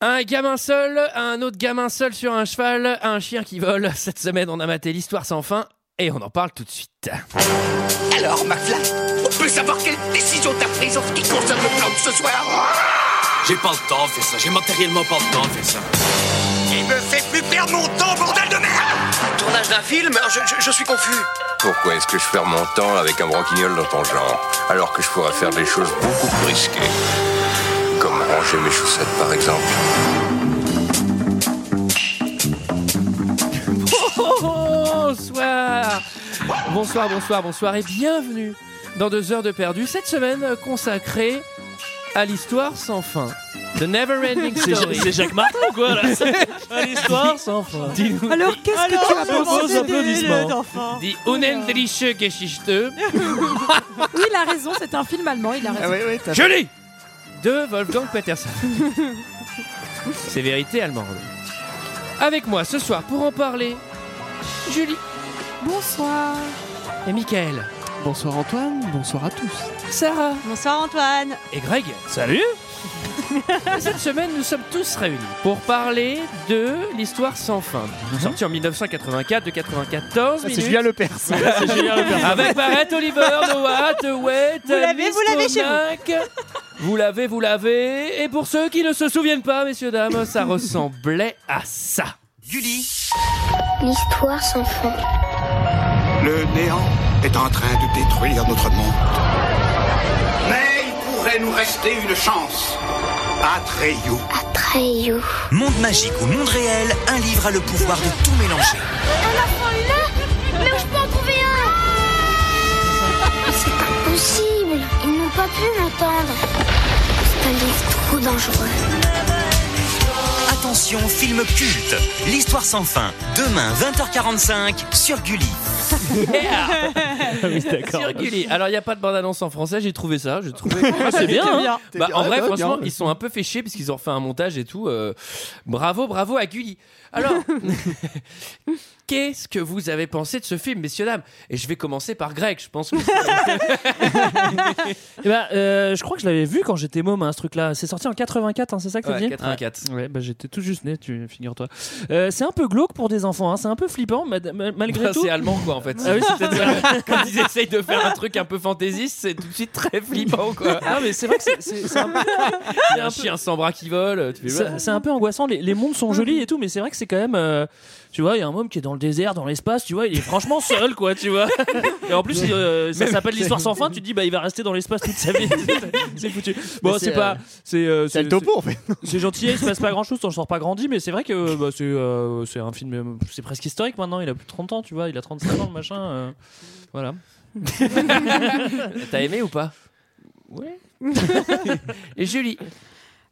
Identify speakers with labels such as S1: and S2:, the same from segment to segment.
S1: Un gamin seul, un autre gamin seul sur un cheval, un chien qui vole. Cette semaine, on a maté l'histoire sans fin et on en parle tout de suite.
S2: Alors, McFly, on peut savoir quelle décision t'as prise en ce qui concerne le plan de ce soir
S3: J'ai pas le temps de faire ça, j'ai matériellement pas le temps de faire ça.
S2: Il me fait plus perdre mon temps, bordel de merde
S4: Tournage d'un film Euh, je, je- je suis confus.
S5: Pourquoi est-ce que je perds mon temps avec un branquignol dans ton genre Alors que je pourrais faire des choses beaucoup plus risquées. Comme ranger mes chaussettes par exemple.
S1: Bonsoir Bonsoir, bonsoir, bonsoir et bienvenue dans deux heures de perdu, cette semaine consacrée à l'histoire sans fin. The Never Ending Story.
S6: C'est Jacques Martin ou quoi là À L'histoire sans fin.
S1: Dis-nous-
S7: Alors qu'est-ce que tu as
S6: je pense aux
S7: pensé
S6: applaudissements.
S7: des- d'enfant
S1: Dis unendliche Geschichte.
S7: Oui, il a raison, c'est un film allemand, il a raison.
S1: Jolie Ah De Wolfgang Peterson. C'est vérité allemande. Avec moi ce soir pour en parler, Julie
S7: Bonsoir.
S1: et Michael,
S8: Bonsoir Antoine, bonsoir à tous.
S1: Sarah
S9: Bonsoir Antoine.
S1: et Greg.
S6: Salut
S1: Cette semaine, nous sommes tous réunis pour parler de l'histoire sans fin. Sortie en 1984 de 94 minutes.
S8: Lepers.
S6: C'est Julien Lepers.
S1: Avec Barrett Oliver, Noah, DeWitt,
S9: Vous l'avez, vous l'avez chez vous.
S1: Vous l'avez, vous l'avez. Et pour ceux qui ne se souviennent pas, messieurs, dames, ça ressemblait à ça.
S10: L'histoire sans fin.
S2: Le néant est en train de détruire notre monde. Mais il pourrait nous rester une chance. Atreyu.
S10: Très
S4: Monde magique ou monde réel, un livre a le pouvoir de tout mélanger.
S10: C'est impossible. Ils n'ont pas pu m'attendre. C'est un livre trop dangereux.
S4: Attention, film culte. L'histoire sans fin. Demain, 20h45, sur Gulli.
S6: Ah Oui, d'accord.
S1: Sur Gulli. Alors, il n'y a pas de bande-annonce en français, j'ai trouvé ça. J'ai trouvé.
S6: Ah, c'est bien, hein
S1: Bah, en vrai, franchement, ils sont un peu fêchés parce qu'ils ont refait un montage et tout. euh, bravo, bravo à Gulli. Alors, qu'est-ce que vous avez pensé de ce film, messieurs, dames Et je vais commencer par Greg, je pense. que-
S6: Eh ben, euh, je crois que je l'avais vu quand j'étais môme, hein, ce truc-là. C'est sorti en 84, hein, c'est ça que tu
S1: Ouais,
S6: dis
S1: 84.
S6: Ouais, bah, j'étais tout juste né, tu figures-toi. Euh, c'est un peu glauque pour des enfants, hein, c'est un peu flippant, mais- mais- malgré
S1: Bah,
S6: tout.
S1: c'est allemand, quoi, en fait.
S6: Ah oui, c'est peut-être ça.
S1: Quand ils essayent de faire un truc un peu fantaisiste, c'est tout de suite très flippant, quoi.
S6: Ah, mais c'est vrai que c'est- c'est c'est un, peu-
S1: Il y a un chien sans bras qui vole. Tu fais,
S6: c'est- c'est un peu angoissant. Les, les mondes sont jolis et tout, mais c'est vrai que c'est quand même. euh, tu vois, il y a un homme qui est dans le désert, dans l'espace, tu vois, il est franchement seul, quoi, tu vois. Et en plus, il, euh, ça s'appelle l'histoire sans fin, tu te dis, bah, il va rester dans l'espace toute sa vie. c'est foutu. Bon,
S8: Mais
S6: c'est
S8: c'est,
S6: pas.
S8: euh,
S6: C'est euh, c'est-
S8: C'est le topo en fait.
S6: C'est gentil, il se passe pas grand chose, t'en sors pas grandi, mais c'est vrai que euh, bah, c'est euh, c'est un film, euh, c'est presque historique maintenant, il a plus de 30 ans, tu vois, il a 35 ans le machin. euh, voilà.
S1: T'as aimé ou pas Ouais. Et Julie,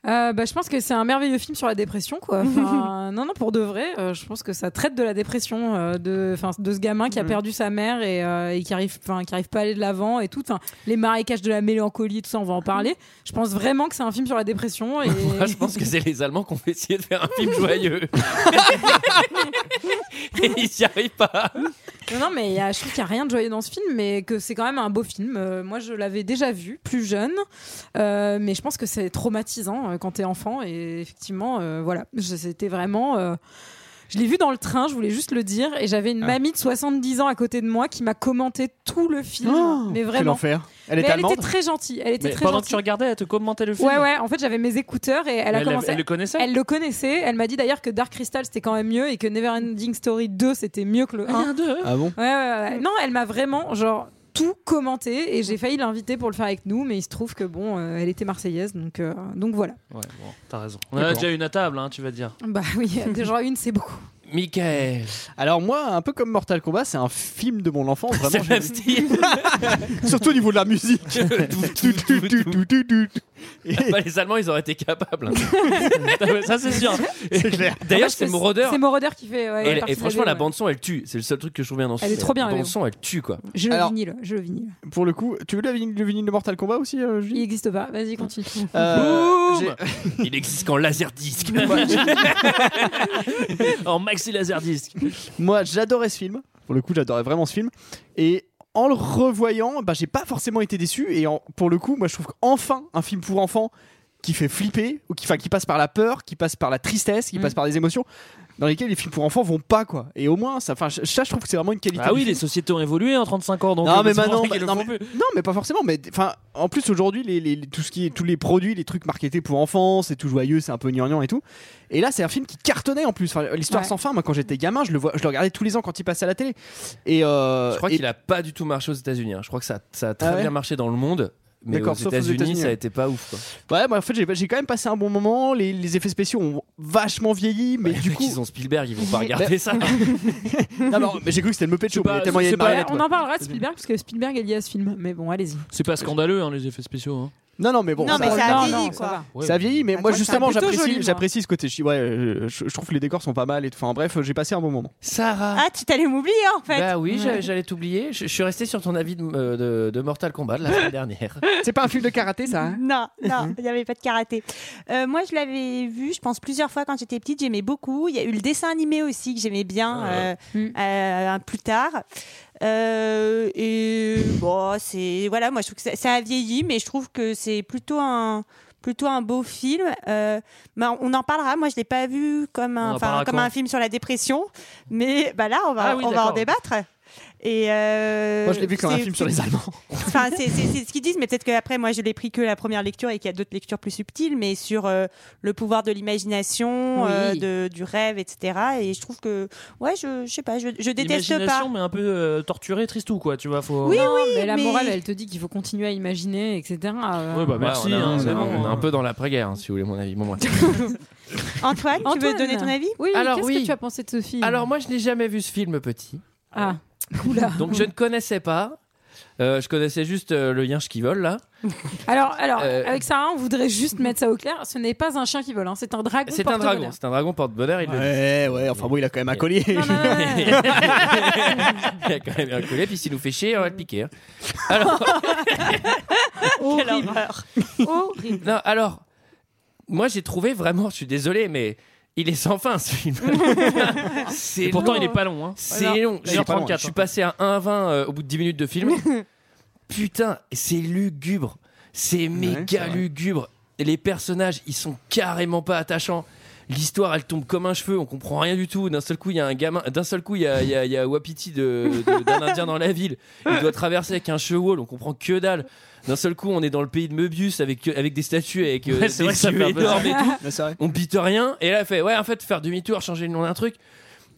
S7: Euh, bah, je pense que c'est un merveilleux film sur la dépression, quoi. Enfin, non, non, pour de vrai, euh, je pense que ça traite de la dépression euh, de, enfin, de ce gamin qui a perdu sa mère et, euh, et qui arrive, enfin, qui arrive pas à aller de l'avant et tout. Enfin, les marécages de la mélancolie, tout ça, on va en parler. Je pense vraiment que c'est un film sur la dépression et
S1: moi je pense que c'est les Allemands qui ont essayé de faire un film joyeux. Et ils n'y arrivent pas.
S7: Non, non, mais il y a- je trouve qu'il n'y a rien de joyeux dans ce film, mais que c'est quand même un beau film. Euh, moi, je l'avais déjà vu, plus jeune, euh, mais je pense que c'est traumatisant euh, quand t'es enfant. Et effectivement, euh, voilà, Je- c'était vraiment. euh, je l'ai vu dans le train, je voulais juste le dire, et j'avais
S6: Ah.
S7: une mamie de 70 ans à côté de moi qui m'a commenté tout le film,
S6: Oh,
S7: mais
S8: Quel
S7: vraiment.
S8: enfer. Elle
S7: Mais
S8: est
S7: elle
S8: allemande.
S7: était très gentille. Elle était
S6: Mais
S7: très
S6: pendant que tu
S7: gentille.
S6: regardais, elle te commentait le film.
S7: Ouais, ouais. En fait, j'avais mes écouteurs et elle
S6: Elle,
S7: a commencé.
S6: elle le connaissait
S7: Elle le connaissait. Elle m'a dit d'ailleurs que Dark Crystal c'était quand même mieux et que Neverending Story 2 c'était mieux que le 1.
S8: Ah bon
S7: Ouais, ouais, ouais, ouais. Non, elle m'a vraiment, genre, tout commenté et j'ai failli l'inviter pour le faire avec nous, mais il se trouve que, bon, euh, elle était marseillaise, donc, euh, donc voilà.
S6: Ouais, bon, t'as raison. On en a déjà une à table, hein, tu vas dire.
S7: Bah oui, déjà une, c'est beaucoup.
S1: Michael,
S8: Alors moi, un peu comme Mortal Kombat, c'est un film de mon enfance.
S1: c'est
S8: Vraiment,
S1: le même style.
S8: j'ai- surtout au niveau de la musique. Tout, tout, tout, tout, tout, tout. Et-
S1: Bah, les Allemands, ils auraient été capables. hein.
S6: ça, c'est sûr.
S8: c'est clair.
S1: D'ailleurs, c'est Moroder.
S7: Ah, C'est Moroder qui fait. ouais,
S1: Et, et
S7: partie de
S1: franchement,
S7: deux,
S1: la
S7: ouais.
S1: bande son, elle tue. C'est le seul truc que je trouve bien dans ce
S7: Elle est
S1: film.
S7: trop bien,
S1: La
S7: elle
S1: bande
S7: est-
S1: son, elle tue quoi.
S7: Je le
S8: Alors-
S7: vinyle, je le vinyle.
S8: Pour le coup, tu veux la vinyle- le vinyle de Mortal Kombat aussi, euh,
S7: Il
S8: Julie
S7: n'existe pas, vas-y, continue.
S8: Euh,
S6: Boum
S8: j'ai-
S1: Il existe qu'en laser disque.
S6: En maxi laserdisc.
S8: Moi, j'adorais ce film. Pour le coup, j'adorais vraiment ce film. Et en le revoyant, bah, j'ai pas forcément été déçu. Et en- pour le coup, moi, je trouve qu'enfin, un film pour enfants qui fait flipper, ou qui, enfin, qui passe par la peur, qui passe par la tristesse,
S6: Mm.
S8: qui passe par des émotions dans lesquelles les films pour enfants vont pas quoi. Et au moins, ça, enfin, je- ça, je trouve que c'est vraiment une qualité.
S6: Ah
S8: du
S6: oui,
S8: film.
S6: les sociétés ont évolué en 35 ans, donc
S8: Non,
S6: euh,
S8: mais
S6: c'est pour
S8: maintenant,
S6: ça qu'ils le
S8: non,
S6: font
S8: mais-
S6: plus.
S8: Non, mais pas forcément. Mais enfin, en plus aujourd'hui, les, les- les- tout ce qui est tous les produits, les trucs marketés pour enfants, c'est tout joyeux, c'est un peu gnangnan et tout. Et là, c'est un film qui cartonnait en plus. Enfin, L'histoire
S7: Ouais.
S8: sans fin. Moi, quand j'étais gamin, je le vois, je le regardais tous les ans quand il passait à la télé. Et euh,
S1: Je crois
S8: et-
S1: qu'il a pas du tout marché aux États-Unis. hein. Je crois que ça, ça a très
S8: Ah ouais
S1: bien marché dans le monde. Mais aux
S8: D'accord, sauf aux
S1: États-Unis,
S8: États-Unis,
S1: ça a
S8: ouais.
S1: été pas ouf. Quoi.
S8: ouais, moi, en fait, j'ai j'ai quand même passé un bon moment. Les, les effets spéciaux ont vachement vieilli, mais
S1: Les
S8: du
S1: mecs,
S8: coup,
S1: ils ont Spielberg, ils vont pas regarder
S7: bah,
S1: ça.
S8: Non, non, mais j'ai cru que c'était le Muppet Show.
S6: pas-
S8: mais tellement il y a
S6: c'est
S8: une
S6: pas-
S8: marionnette,
S7: on
S8: quoi.
S7: en parlera de Spielberg parce que Spielberg est lié à ce film. Mais bon, allez-y.
S6: C'est pas scandaleux, hein, les effets spéciaux. hein.
S8: Non, non, mais bon.
S9: Non,
S8: ça-
S9: mais ça
S7: Non,
S9: a
S7: non,
S9: vieilli,
S7: ça
S9: quoi.
S7: va.
S6: Ouais,
S8: Ça vieillit, mais
S7: Ah,
S8: moi
S7: toi, ça a
S8: justement
S7: plutôt
S8: j'apprécie,
S7: joli, moi.
S8: j'apprécie ce côté. Je, suis- ouais, euh, je, je trouve que les décors sont pas mal. Et, enfin bref, j'ai passé un bon moment.
S1: Sarah.
S9: Ah, tu t'allais m'oublier, en fait.
S1: Bah oui, j'a- j'allais t'oublier. Je, je suis resté sur ton avis de, euh, de- de Mortal Kombat de la semaine dernière.
S8: C'est pas un film de karaté ça hein
S9: Non, non, il n'y avait pas de karaté. Euh, moi, je l'avais vu, je pense, plusieurs fois quand j'étais petite. J'aimais beaucoup. Il y a eu le dessin animé aussi que j'aimais bien
S6: Ah.
S9: euh,
S8: Mmh.
S7: ouais.
S9: euh, plus tard. Euh, et bon, c'est voilà, moi je trouve que ça, ça a vieilli, mais je trouve que c'est plutôt un plutôt un beau film. Euh, bah, on en parlera. Moi, je l'ai pas vu comme
S6: On en
S9: un
S6: parlera
S9: enfin, comme
S6: quand
S9: un film sur la dépression, mais bah là, on va
S6: Ah oui,
S9: on va en
S6: d'accord.
S9: débattre. Et euh,
S8: Moi je l'ai vu comme un
S9: c'est-
S8: film sur les Allemands.
S9: Enfin, c'est c'est- c'est ce qu'ils disent, mais peut-être qu'après, moi, je l'ai pris que la première lecture et qu'il y a d'autres lectures plus subtiles, mais sur euh, le pouvoir de l'imagination,
S7: Oui.
S9: euh, de- du rêve, etc. Et je trouve que, ouais, je, je sais pas, je, je déteste
S6: Imagination,
S9: pas.
S6: mais un peu euh, torturé, tristou, quoi. Tu vois, faut.
S9: Oui,
S7: Non, mais la
S9: mais-
S7: morale, elle te dit qu'il faut continuer à imaginer, etc. Euh,
S6: Ouais, bah, merci.
S1: Ouais, on, est-
S6: hein,
S1: on est-
S6: c'est bon,
S1: on est
S6: hein.
S1: un peu dans l'après-guerre, hein, si vous voulez mon avis. Bon, moi.
S9: Antoine, tu veux
S7: Antoine.
S9: donner ton avis
S7: Oui,
S1: Alors,
S7: qu'est-ce
S1: oui.
S7: que tu as pensé de ce film
S1: Alors moi, je n'ai jamais vu ce film petit.
S7: ah, oula.
S1: Donc je ne connaissais pas. Euh, je connaissais juste euh, le yinche qui vole là.
S7: Alors, alors
S1: Euh,
S7: avec Sarah, on voudrait juste mettre ça au clair. Ce n'est pas un chien qui vole, hein, c'est un dragon.
S1: C'est un dragon,
S7: porte-bonheur.
S1: c'est un dragon porte-bonheur. Il, le dit.
S8: Ouais, ouais, enfin bon, il a quand même un collier.
S7: Non, non, non, non, non.
S1: il a quand même un collet, puis s'il nous fait chier, on va le piquer. hein. Alors, Oh,
S9: Quelle horreur.
S7: Horrible.
S1: non, alors, moi j'ai trouvé vraiment, je suis désolé, mais il est sans fin ce film.
S6: Et
S1: c'est
S6: pourtant,
S1: long.
S6: il est pas long. Hein.
S1: C'est
S6: Voilà.
S1: long.
S6: Il est
S1: J'ai-
S6: 34,
S1: Je suis passé à 1,20 euh, au bout de 10 minutes de film. Putain, c'est lugubre. C'est méga lugubre. Et Les personnages, ils sont carrément pas attachants. L'histoire, elle tombe comme un cheveu. On comprend rien du tout. D'un seul coup, il y a un gamin. D'un seul coup, il y a, il y a- il y a Wapiti de- de- d'un Indien dans la ville. Il doit traverser avec un cheval. On comprend que dalle. D'un seul coup, on est dans le pays de Möbius avec avec des statues avec euh,
S6: Ouais, c'est
S1: des
S6: vrai que ça
S1: yeux
S6: fait un peu ça.
S1: énormes et tout
S8: Mais c'est vrai.
S1: on pite rien. Et là, elle fait, ouais, en fait, faire demi-tour, changer le nom d'un truc.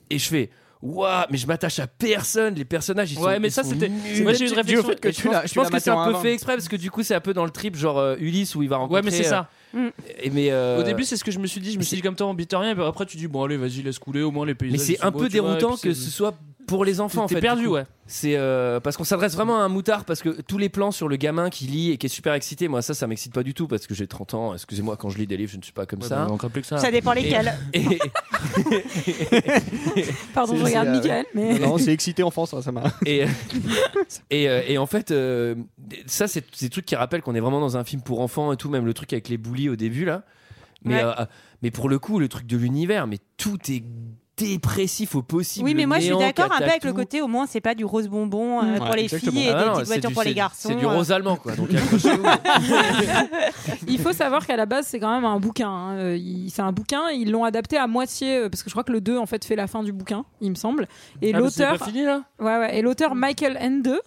S1: Et je fais, waouh, mais je m'attache à personne. Les personnages, ils sont.
S6: Ouais, mais
S1: ils
S6: ça,
S1: sont
S6: c'était-
S1: nuls.
S6: Moi, j'ai eu une
S8: Dû au
S6: réflexion.
S8: fait que
S1: Et je
S8: tu
S1: pense,
S8: l'as-
S1: je
S8: tu
S1: pense
S8: l'as
S1: que c'est
S8: maté en
S1: un peu
S8: 1,20.
S1: fait exprès parce que du coup c'est un peu dans le trip genre euh, Ulysse où il va rencontrer.
S6: Ouais, mais c'est ça.
S8: Mm.
S1: euh, et mais euh,
S6: Au début, c'est ce que je me suis dit. Je me suis dit comme toi, on bite rien. Et puis après, tu dis, bon, allez, vas-y, laisse couler. Au moins, les paysages.
S1: mais c'est
S6: ils sont
S1: un
S6: beaux,
S1: peu
S6: tu vois,
S1: déroutant
S6: et puis
S1: que
S6: c'est-
S1: ce soit pour les enfants en
S6: T'es
S1: fait.
S6: perdu,
S1: du coup.
S6: ouais.
S1: C'est euh, parce qu'on s'adresse vraiment à un moutard parce que tous les plans sur le gamin qui lit et qui est super excité, moi ça ça m'excite pas du tout parce que j'ai 30 ans, excusez-moi quand je lis des livres, je ne suis pas comme
S8: bah,
S1: ça.
S6: Encore plus que ça.
S9: Ça dépend lesquels.
S1: Et-
S7: Pardon, je
S8: C'est-
S7: regarde
S8: c'est, euh,
S7: Miguel, mais.
S8: Non, non, c'est excité en France, hein, ça m'a.
S1: et, et, euh, et en fait, euh, ça, c'est c'est des trucs qui rappellent qu'on est vraiment dans un film pour enfants et tout, même le truc avec les boulis au début, là.
S9: Ouais.
S1: Mais, euh, mais pour le coup, le truc de l'univers, mais tout est dépressif au possible.
S9: Oui, mais
S1: Le
S9: moi, je suis
S1: néant qui
S9: d'accord un peu
S1: attaque
S9: avec le
S1: tout.
S9: côté, au moins, c'est pas du rose bonbon euh,
S8: Ouais,
S9: pour les
S8: exactement.
S9: filles et
S1: Ah non,
S9: des petites
S1: c'est
S9: voitures
S1: du-
S9: pour les
S1: c'est-
S9: garçons.
S1: C'est du
S9: euh.
S1: rose allemand, quoi. Donc, accrochez-vous.
S7: Il faut savoir qu'à la base, c'est quand même un bouquin. hein. Euh, il- C'est un bouquin, ils l'ont adapté à moitié, euh, parce que je crois que le 2 en fait fait la fin du bouquin, il me semble. Et
S6: Ah, mais c'est
S7: l'auteur.
S6: pas fini là
S7: Ouais, ouais. Et l'auteur Michael Ende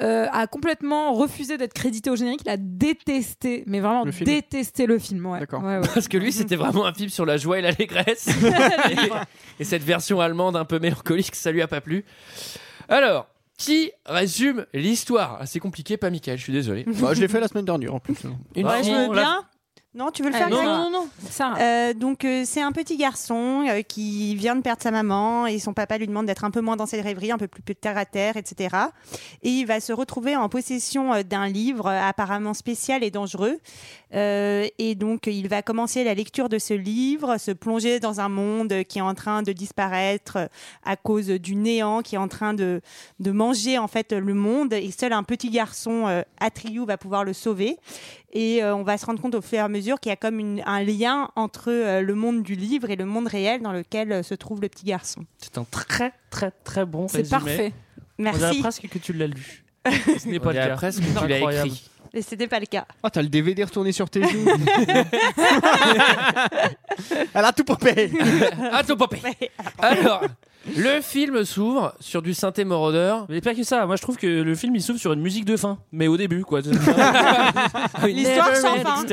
S7: euh, a complètement refusé d'être crédité au générique. Il a détesté, mais vraiment
S8: Le film
S7: détesté le film. Ouais.
S8: D'accord.
S7: Ouais, ouais.
S1: Parce que lui, c'était vraiment un film sur la joie et l'allégresse. et, et cette version allemande un peu mélancolique, ça lui a pas plu. Alors, qui résume l'histoire Ah, C'est compliqué, pas Michael, je suis désolé.
S8: Bah, je l'ai fait la Ah, semaine dernière en plus.
S1: Une
S9: Ouais, je
S1: fille-
S9: veux bien. Non, tu veux le faire,
S7: Ah, non,
S9: Greg
S7: non, non, non. Sarah.
S9: Euh, donc euh, c'est un petit garçon euh, qui vient de perdre sa maman et son papa lui demande d'être un peu moins dans ses rêveries, un peu plus terre à terre, etc. Et il va se retrouver en possession euh, d'un livre euh, apparemment spécial et dangereux. Euh, et donc euh, il va commencer la lecture de ce livre, se plonger dans un monde euh, qui est en train de disparaître euh, à cause du néant qui est en train de, de manger en fait le monde. Et seul un petit garçon, euh, Atriou, va pouvoir le sauver et euh, on va se rendre compte au fur et à mesure qu'il y a comme une- un lien entre euh, le monde du livre et le monde réel dans lequel euh, se trouve le petit garçon.
S6: C'est un très, très, très bon
S7: C'est
S6: résumé.
S7: parfait.
S6: On dirait
S9: Merci.
S6: presque que tu l'as lu. Ce n'est
S1: On
S6: pas le
S1: dirait
S6: cas.
S1: presque que tu l'as
S6: Incroyable.
S1: écrit.
S9: Et c'était pas le cas.
S8: Ah, t'as le DVD retourné sur tes joues. Elle a tout popé.
S1: Ah, ton popé. Alors, le film s'ouvre sur du synthé maraudeur.
S6: Mais pas que ça, moi je trouve que le film il s'ouvre sur une musique de fin, mais au début quoi. c'est
S9: L'histoire sans fin.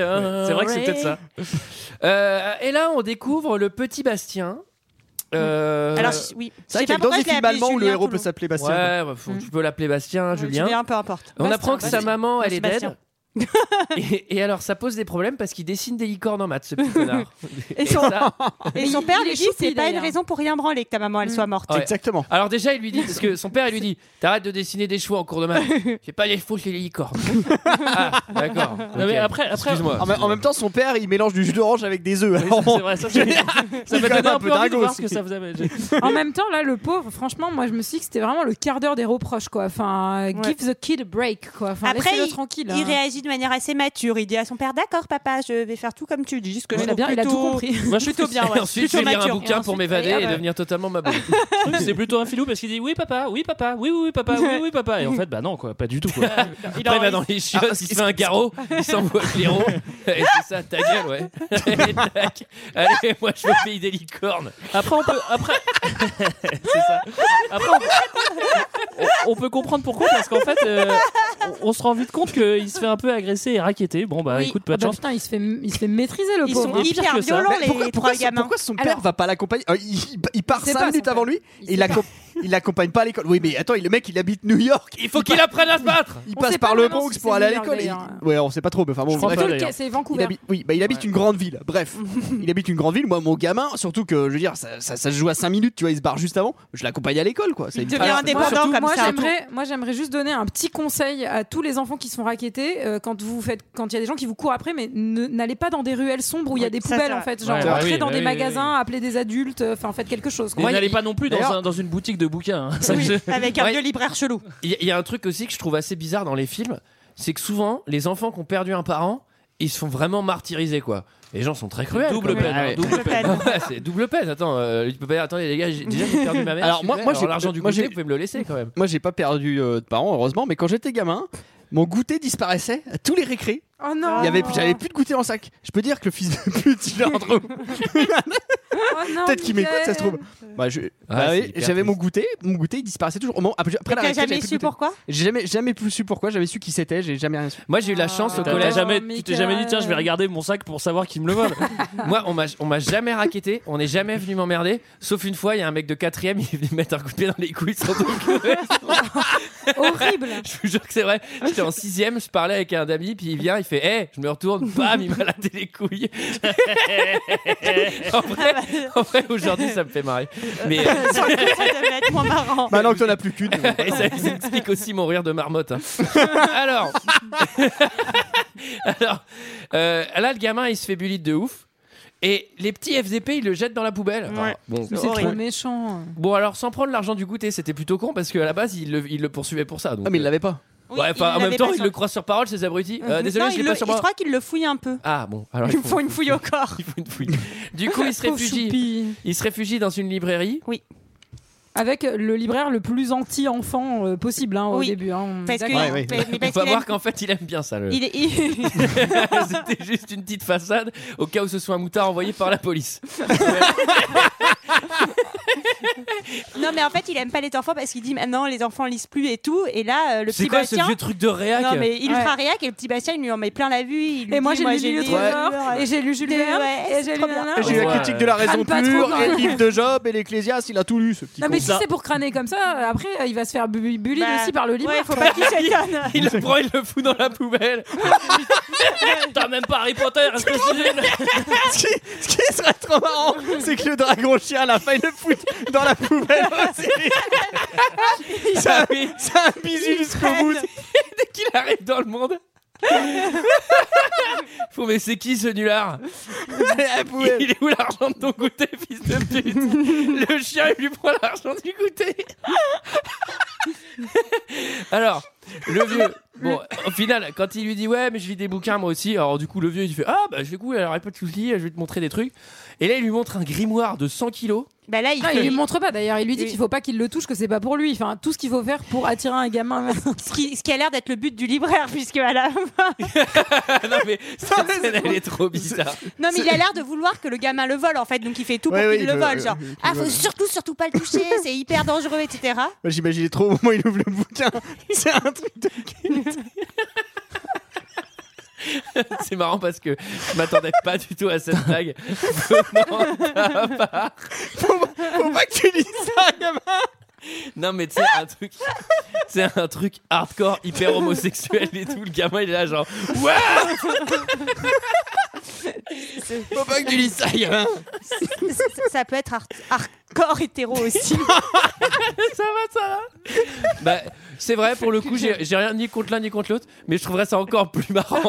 S6: vrai que c'est peut-être ça.
S1: Euh, et là, on découvre le petit Bastien. Euh,
S9: Alors, je- oui.
S8: C'est
S9: Je sais pas
S8: vrai qu'il y a dans
S9: pourquoi
S8: des
S9: je l'ai
S8: films
S9: appelé
S8: allemands où le
S9: Julien
S8: héros
S9: tout
S8: peut
S9: long.
S8: s'appeler
S1: ouais,
S8: Bastien.
S1: bah, faut- tu peux l'appeler Bastien, Julien.
S9: mm. Julien, peu importe.
S1: On
S9: Bastien,
S1: apprend que sa
S9: Bastien.
S1: maman, elle est
S9: Sébastien.
S1: dead. et, et alors, ça pose des problèmes parce qu'il dessine des licornes en maths, ce petit connard.
S9: Et son,
S1: ça-
S9: et son
S7: Il-
S9: père
S7: il est
S9: lui dit
S7: choupi,
S9: c'est pas une
S7: d'ailleurs.
S9: raison pour rien branler que ta maman elle
S6: Mm.
S9: soit morte.
S1: Ouais.
S8: Exactement.
S1: Alors déjà, il lui dit, parce que son père, il lui dit, t'arrêtes de dessiner des chevaux en cours de maths. J'ai pas les chevaux, j'ai les licornes. ah, d'accord.
S6: Non, mais
S1: Ok.
S6: après, après
S1: Excuse-moi.
S8: Ah, En, même- en même temps, son père, il mélange du jus d'orange avec des œufs.
S6: Oui,
S8: Alors,
S6: c'est vrai, ça, c'est- ça
S8: Il
S6: m'a
S8: est quand même
S6: donné
S8: un
S6: un
S8: peu
S6: peu envie de
S8: dingo
S6: voir ce
S8: aussi.
S6: que ça vous a. j'ai-
S7: En même temps, là, le pauvre, franchement, moi, je me suis dit que c'était vraiment le quart d'heure des reproches, quoi. Enfin, euh,
S9: Ouais.
S7: give the kid a break, quoi. Enfin,
S9: Après,
S7: laissez-le tranquille.
S9: Il
S7: hein.
S9: réagit de manière assez mature. Il dit à son père D'accord, papa, je vais faire tout comme tu dis. Ce que je
S7: il, a
S9: trouve
S7: bien, il a tout
S9: plutôt-
S7: compris.
S6: Moi, je
S9: Plutôt
S6: trouve que-
S9: bien, ouais.
S1: Et ensuite, je
S9: plutôt
S1: vais lire un
S9: mature.
S1: bouquin pour
S7: ensuite,
S1: m'évader
S7: ah
S1: et
S6: euh,
S7: ouais.
S1: devenir totalement ma
S6: je trouve que C'est plutôt un filou parce qu'il dit oui papa, oui papa, oui oui, oui papa, oui oui papa. Et en fait, bah non quoi, pas du tout quoi.
S1: Il va dans les chiottes,
S6: Ah,
S1: il se fait un garrot, il s'envoie le blaireau. Et c'est ça, ta gueule, ouais. Allez, tac. Allez, moi, je veux payer des licornes.
S6: Après, on peut. Après. C'est ça. Après, on peut... on- on peut comprendre pourquoi, parce qu'en fait, euh, on, on se rend vite compte qu'il se fait un peu agresser et raqueter. Bon, bah
S9: Oui.
S6: écoute,
S7: Ah
S6: pas de
S7: bah,
S6: chance.
S7: putain, il se fait, il se fait maîtriser, le
S9: Ils
S7: pauvre.
S9: sont
S7: hein.
S6: pire
S9: hyper
S6: que ça.
S9: violents,
S8: Mais pourquoi,
S9: les
S8: pourquoi
S9: trois
S8: son-
S9: gamins.
S8: pourquoi son père
S7: Alors-
S8: va pas l'accompagner Euh, il, il- il part
S7: C'est
S8: 5
S7: pas
S8: minutes
S7: son
S8: avant
S7: père.
S8: lui
S7: Il
S8: et il
S7: sait pas.
S8: l'accom- il l'accompagne pas à l'école. Oui, mais attends, le mec il habite New York,
S1: Il faut qu'il apprenne à se battre.
S8: il
S7: On
S8: passe
S7: sait
S8: par
S7: pas
S8: le
S7: vraiment
S8: Bronx
S7: si
S8: pour
S7: c'est
S8: aller à
S7: New York,
S8: l'école. Il-
S6: hein.
S7: d'ailleurs.
S8: Ouais, on sait pas trop, mais enfin bon,
S6: Je crois
S8: bref.
S6: pas,
S7: Tout le
S6: d'ailleurs.
S7: cas, C'est
S8: Il
S7: Vancouver.
S8: habite, oui, bah, il habite une grande ville, bref. il habite une grande ville, moi mon gamin, surtout que je veux dire, ça, ça- ça se joue à 5 minutes, tu vois, il se barre juste avant, je l'accompagne à l'école quoi. Ça
S9: Il
S8: évite-
S9: devient
S8: Alors,
S9: indépendant
S8: surtout-
S9: comme
S7: moi
S9: ça.
S7: j'aimerais moi j'aimerais juste donner un petit conseil à tous les enfants qui sont raquettés euh, quand vous faites quand il y a des gens qui vous courent après mais ne- n'allez pas dans des ruelles sombres où il y a
S9: Oui,
S7: des
S9: ça,
S7: poubelles
S9: ça.
S7: en fait genre
S6: Ouais, bah
S7: rentrez
S6: oui,
S7: dans
S6: bah
S7: des
S6: oui,
S7: magasins appelez des adultes euh, enfin faites quelque chose quoi.
S1: Moi,
S6: Et N'allez
S1: il-
S6: pas non plus dans,
S1: d'ailleurs-
S6: un- dans une boutique de bouquins. hein. Ça, je-
S9: Avec un
S1: Ouais.
S9: vieux libraire chelou.
S1: Il y, a- il y a un truc aussi que je trouve assez bizarre dans les films, c'est que souvent, les enfants qui ont perdu un parent, ils se font vraiment martyriser, quoi. Les gens sont très cruels.
S6: Double
S1: quoi.
S6: peine,
S1: Ah ouais.
S6: hein, double peine.
S1: Ouais, c'est double peine. Attends, euh, tu peux pas dire, attendez les gars, j'ai- déjà j'ai perdu ma mère.
S8: Alors,
S1: s'il
S8: moi-
S1: vous plaît.
S8: moi,
S1: Alors,
S8: j'ai-
S1: l'argent du
S8: moi,
S1: goûter,
S8: j'ai-
S1: vous pouvez me le laisser quand même.
S8: Moi j'ai pas perdu euh, de parents, heureusement, mais quand j'étais gamin, mon goûter disparaissait à tous les récrés.
S7: Oh non.
S8: Il y avait, j'avais plus de goûter en sac. Je peux dire que le fils de pute, il est entre nous.
S7: Oh non,
S8: Peut-être qu'il m'écoute, ça se trouve.
S7: Mickaël.
S8: Bah, je- bah
S1: Ah, c'est
S8: oui,
S1: hyper
S8: j'avais
S1: triste.
S8: mon goûter, mon goûter il disparaissait toujours. Au moment- après, après
S9: Tu
S8: la
S9: n'as
S8: récré, j'avais
S9: jamais
S8: plus
S9: su
S8: de goûter.
S9: pourquoi
S8: J'ai jamais, jamais plus su pourquoi. J'avais su qui c'était, j'ai jamais rien su.
S1: Moi, j'ai eu la chance au
S7: T'as-
S6: T'as-
S7: Oh,
S6: t'as
S1: collège.
S6: jamais- tu t'es jamais dit,
S7: Michael.
S6: tiens, je vais regarder mon sac pour savoir qui me le vole.
S1: Moi, on m'a, on m'a jamais raquetté, on n'est jamais venu m'emmerder. Sauf une fois, il y a un mec de quatrième, il est venu me mettre un coup de pied dans les couilles. sans doute.
S7: horrible.
S1: je vous jure que c'est vrai. J'étais en sixième, je parlais avec un ami, puis il vient, il fait, hé, je me retourne, bam, il m'a laté les couilles. en vrai, en vrai, aujourd'hui, ça me fait marrer. Mais euh,
S9: Sur le coup, ça devait être moins marrant.
S1: Bah,
S8: Maintenant que t'en as plus qu'une.
S1: et ça, ça explique aussi mon rire de marmotte. hein. Alors, alors euh, là, le gamin, il se fait bully de ouf. Et les petits FDP, ils le jettent dans la poubelle.
S9: Ouais.
S1: Bon,
S7: Mais C'est trop
S9: horrible.
S7: méchant.
S1: Bon, alors sans prendre l'argent du goûter, c'était plutôt con parce qu'à la base, il le, il le poursuivait pour ça. donc,
S8: Ah, mais il
S1: euh,
S8: l'avait pas.
S9: Oui,
S1: ouais,
S9: il
S1: enfin, en même
S9: l'avait
S1: temps,
S9: pas
S1: il
S9: sur- Mhm.
S1: le croit sur parole, ces abrutis. Euh, désolé,
S9: Non,
S1: je
S9: il
S1: l'ai
S9: le-
S1: pas sur
S9: Je
S1: moi.
S9: crois qu'il le fouille un peu.
S1: Ah bon, alors
S9: Ils
S1: il
S9: me
S1: faut,
S9: font une fouille au corps.
S1: il faut une fouille. Du coup, il se
S7: Pauvre
S1: réfugie.
S7: choupi.
S1: Il se réfugie dans une librairie.
S7: Avec le libraire le plus anti-enfant euh, possible hein, au
S9: Oui.
S7: début. hein, on est
S9: Parce que,
S7: d'accord.
S8: Ouais, ouais.
S9: mais- mais
S1: On
S9: parce
S1: va
S9: qu'il
S1: voir
S9: aime-
S1: qu'en fait, il aime bien ça. Le...
S9: il est- il-
S1: C'était juste une petite façade au cas où ce soit un moutard envoyé par la police.
S9: Non, mais en fait, il aime pas les enfants parce qu'il dit maintenant les enfants lisent plus et tout. Et là, euh, le petit
S1: C'est quoi ce
S9: Bastien.
S1: vieux truc de réac
S9: Non, mais il
S7: Ouais.
S9: fera réac et le petit Bastien, il lui en met plein la vue. il lui
S7: Et moi
S9: dit,
S7: j'ai lu Lulu
S9: des
S7: Trésor
S9: erreurs.
S7: et j'ai lu Jules
S9: Ouais,
S7: Verne
S9: ouais,
S7: et j'ai
S9: c'est
S7: lu
S9: trop bien.
S7: nanana.
S8: J'ai eu la
S1: Ouais.
S8: critique de la raison
S7: Crâne pas trop
S8: pure,
S7: grand.
S8: et le livre de Job et l'Ecclésias, il a tout lu ce petit
S7: Non mais si
S6: Ça-
S7: c'est pour crâner comme ça, après euh, il va se faire bu- bully
S9: Bah,
S7: aussi par le
S9: Ouais, bah,
S7: libraire.
S9: faut
S7: quoi.
S9: pas qu'il s'étonne.
S1: Il le
S8: Oh,
S1: prend, il le fout dans la poubelle.
S6: T'as même pas Harry Potter,
S1: hein,
S6: espèce de nul.
S8: ce, qui, ce qui serait trop marrant, c'est que le dragon chien à la fin il le fout dans la poubelle aussi. c'est
S1: Ah
S8: un, c'est un bisou jusqu'au bout.
S1: Dès qu'il arrive dans le monde. Faut, mais c'est qui ce nulard
S8: La poubelle.
S1: Il est où l'argent de ton goûter, fils de pute Le chien, il lui prend l'argent du goûter. Alors, le vieux, bon, au final, quand il lui dit ouais, mais je lis des bouquins moi aussi, alors du coup, le vieux, il fait ah bah, je vais cool, alors pas de soucis, je vais te montrer des trucs. Et là, il lui montre un grimoire de 100 kilos
S9: Bah là, il
S7: Non, il
S9: fait-
S7: lui montre pas d'ailleurs. Il lui dit
S9: Oui.
S7: qu'il faut pas qu'il le touche, que c'est pas pour lui. Enfin, tout ce qu'il faut faire pour attirer un gamin. vers-
S9: ce, qui, ce qui a l'air d'être le but du libraire, puisque à la fin-
S1: non, mais cette scène, elle est trop bizarre.
S9: Non, mais il a l'air de vouloir que le gamin le vole, en fait, donc il fait tout pour
S8: Ouais, ouais,
S9: qu'il
S8: il
S9: le
S8: veut-
S9: vole.
S8: euh,
S9: Genre,
S8: qu'il le
S9: ah, faut
S8: vole.
S9: surtout, surtout pas le toucher, c'est hyper dangereux, etc.
S8: Moi, J'imagine trop au moment où il ouvre le bouquin. C'est un truc de.
S1: C'est marrant parce que je m'attendais pas du tout à cette blague. Venant de ta part.
S8: Faut pas que tu lises ça, gamin
S1: Non mais tu sais un truc c'est un truc hardcore hyper homosexuel et tout le gamin il est là genre ouais
S8: Faut pas que tu lises ça, gamin
S9: Ça- ça- Ça peut être har- hardcore hétéro aussi.
S1: ça va ça va bah c'est vrai pour le coup j'ai j'ai rien ni contre l'un ni contre l'autre mais je trouverais ça encore plus marrant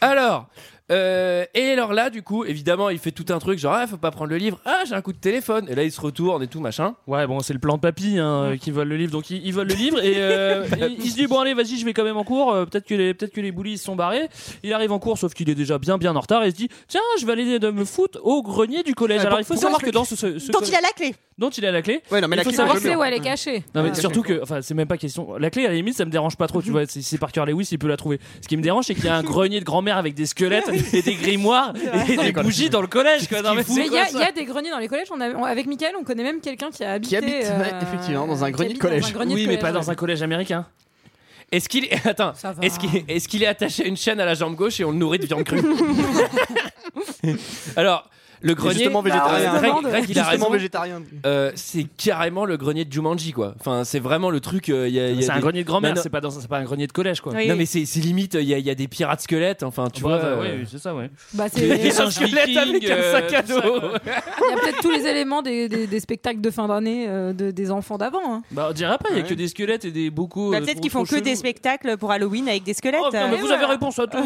S1: alors euh, et alors là du coup évidemment il fait tout un truc genre ah faut pas prendre le livre ah j'ai un coup de téléphone et là il se retourne et tout machin Mmh.
S6: Ouais, bon, c'est le plan de papy hein, euh, qui vole le livre. Donc, il, il vole le livre et euh,
S8: Bah,
S6: il, il se dit Bon, allez, vas-y, je vais quand même en cours. euh, peut-être que les, peut-être que les boulis ils se sont barrés. Il arrive en cours, sauf qu'il est déjà bien, bien en retard. Et il se dit Tiens, je vais aller de me foutre au grenier du collège.
S8: Ouais,
S6: Alors,
S8: pour-
S6: il faut
S8: pourquoi
S6: savoir
S8: est-ce
S6: que dans ce, ce- ce
S9: Dont
S6: coll-
S9: il a la clé.
S6: dont il a la clé.
S8: Ouais, non, mais
S6: Il
S8: la
S6: faut
S8: clé,
S6: savoir
S8: on
S7: On
S8: le
S6: que
S7: sait
S8: met.
S7: où elle est cachée.
S6: Non, mais
S7: Ah.
S6: surtout que, enfin, c'est même pas question. La clé, à la limite, ça me dérange pas trop, tu vois. Si c'est Parker Lewis, il peut la trouver. Ce qui me dérange, c'est qu'il y a un grenier de grand-mère avec des squelettes et des grimoires et des bougies dans le collège, quoi. Non, mais
S7: Mais
S6: c'est
S7: il y, a-
S6: quoi
S7: il y
S6: ça
S7: a des greniers dans les collèges. On a- on- avec Michael, on connaît même quelqu'un qui a habité. euh,
S8: habite, ouais, effectivement, dans un
S7: qui
S8: grenier de
S7: habite dans un
S8: collège.
S7: grenier de
S6: Oui, mais pas
S7: collège,
S6: dans un collège américain.
S1: est-ce qu'il est... attends
S7: Ça va.
S1: est-ce qu'il est-ce qu'il est attaché à une chaîne à la jambe gauche et on le nourrit de viande crue alors le grenier
S8: justement végétarien.
S1: euh, Greg- Greg, il a
S8: Justement
S1: raison
S8: végétarien.
S1: Euh, c'est carrément le grenier de Jumanji quoi. Enfin, c'est vraiment le truc. euh, il y a- il y a
S6: C'est un
S1: des-
S6: grenier de grand-mère,
S1: Mais non.
S6: c'est pas, dans- c'est pas un grenier de collège, quoi. Bah,
S9: Oui.
S1: Non mais c'est c'est limite. Il y, a- il y a des pirates squelettes. Enfin, tu vois. euh,
S6: oui, c'est ça, ouais.
S7: euh, bah, c'est-
S6: Des
S7: Il y
S6: singes vikings, euh, tout ça, quoi.
S7: a peut-être tous les éléments des, des- des spectacles de fin d'année euh, de- des enfants d'avant. hein.
S6: Bah, on dirait pas, il y a
S8: Ouais.
S6: que des squelettes et des bocaux.
S9: Bah,
S6: euh,
S9: Peut-être
S6: trop-
S9: qu'ils font
S6: trop
S9: que des
S6: chelous.
S9: spectacles pour Halloween avec des squelettes. euh,
S6: Oh, putain, mais
S7: Et
S6: vous
S7: voilà.
S6: avez réponse à tout.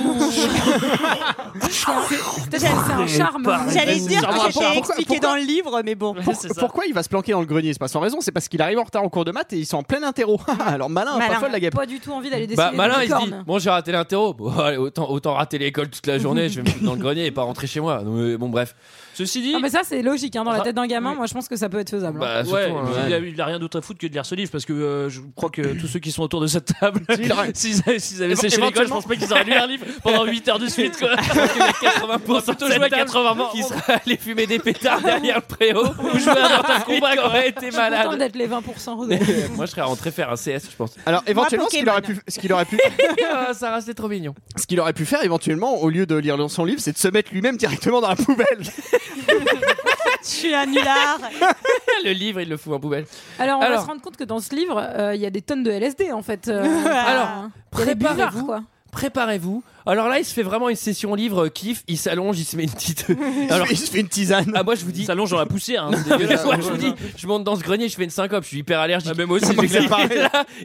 S7: C'est un- c'est- c'est un charme.
S9: J'allais dire
S6: Ça me
S9: que
S6: rappelle-
S9: j'étais
S8: Pourquoi-
S9: expliqué
S8: pourquoi-
S9: dans le livre, mais bon.
S8: Pour-
S6: c'est ça.
S8: pourquoi il va se planquer dans le grenier C'est pas sans raison, c'est parce qu'il arrive en retard au cours de maths et ils sont en plein interro. Alors malin,
S9: Malin.
S8: pas folle Ah la guêpe.
S7: Pas du tout envie d'aller dessiner
S1: Bah,
S7: des
S1: malin, il se dit
S7: licornes.
S1: Bon, j'ai raté l'interro. Bon, allez, autant, autant rater l'école toute la journée. je vais me foutre dans le grenier et pas rentrer chez moi. Donc, euh, bon, bref.
S6: Ceci dit.
S7: Ah, mais ça, c'est logique. hein, dans la
S6: Ra-
S7: tête d'un gamin,
S6: oui.
S7: moi, je pense que ça peut être faisable. hein.
S1: Bah, surtout,
S6: Ouais,
S1: hein,
S6: il, a, il a rien d'autre à foutre que de lire ce livre parce que euh, je crois que tous ceux qui sont autour de cette table,
S8: il a-
S6: s'ils avaient- s'ils avaient
S1: Éven-
S6: séché l'école, je
S1: éventuellement.
S6: pense pas qu'ils auraient lu un livre pendant 8 heures de suite. Quoi. Ils
S1: 80%
S6: sont
S1: de
S6: tous joués à
S1: cette table
S6: 80
S1: qui serait allé fumer des pétards derrière le préau ou jouer à
S6: Ah
S1: Mortal Kombat qui aurait été
S7: Je suis contente
S1: malade.
S7: d'être les 20%. de-
S1: Moi, je serais rentré faire un CS, je pense.
S8: Alors éventuellement, ce qu'il aurait
S9: Pokémon.
S8: pu, ce qu'il aurait pu,
S1: Ah, Sarah, c'est trop mignon.
S8: ce qu'il aurait pu faire éventuellement, au lieu de lire son livre, c'est de se mettre lui-même directement dans la poubelle.
S9: Je suis un nulard.
S1: Le livre, il le fout en poubelle.
S7: Alors, on va
S1: Alors.
S7: se rendre compte que dans ce livre, euh, il y a des tonnes de LSD en fait. euh,
S1: Alors,
S7: il y a des buvards,
S1: préparez-vous.
S7: quoi.
S1: préparez-vous. Alors là, il se fait vraiment une session livre euh, kiff, il s'allonge, il se met une petite.
S8: Alors
S1: Alors,
S8: il se fait une tisane.
S1: ah, moi je vous
S6: Ils
S1: dis.
S6: s'allongent dans la poussière. hein, c'est
S1: Ouais,
S6: dégueulasse. Ah,
S1: je vous dis, je monte dans ce grenier, je fais une syncope, je suis hyper allergique. même aussi,
S8: j'ai fait pareil.
S1: il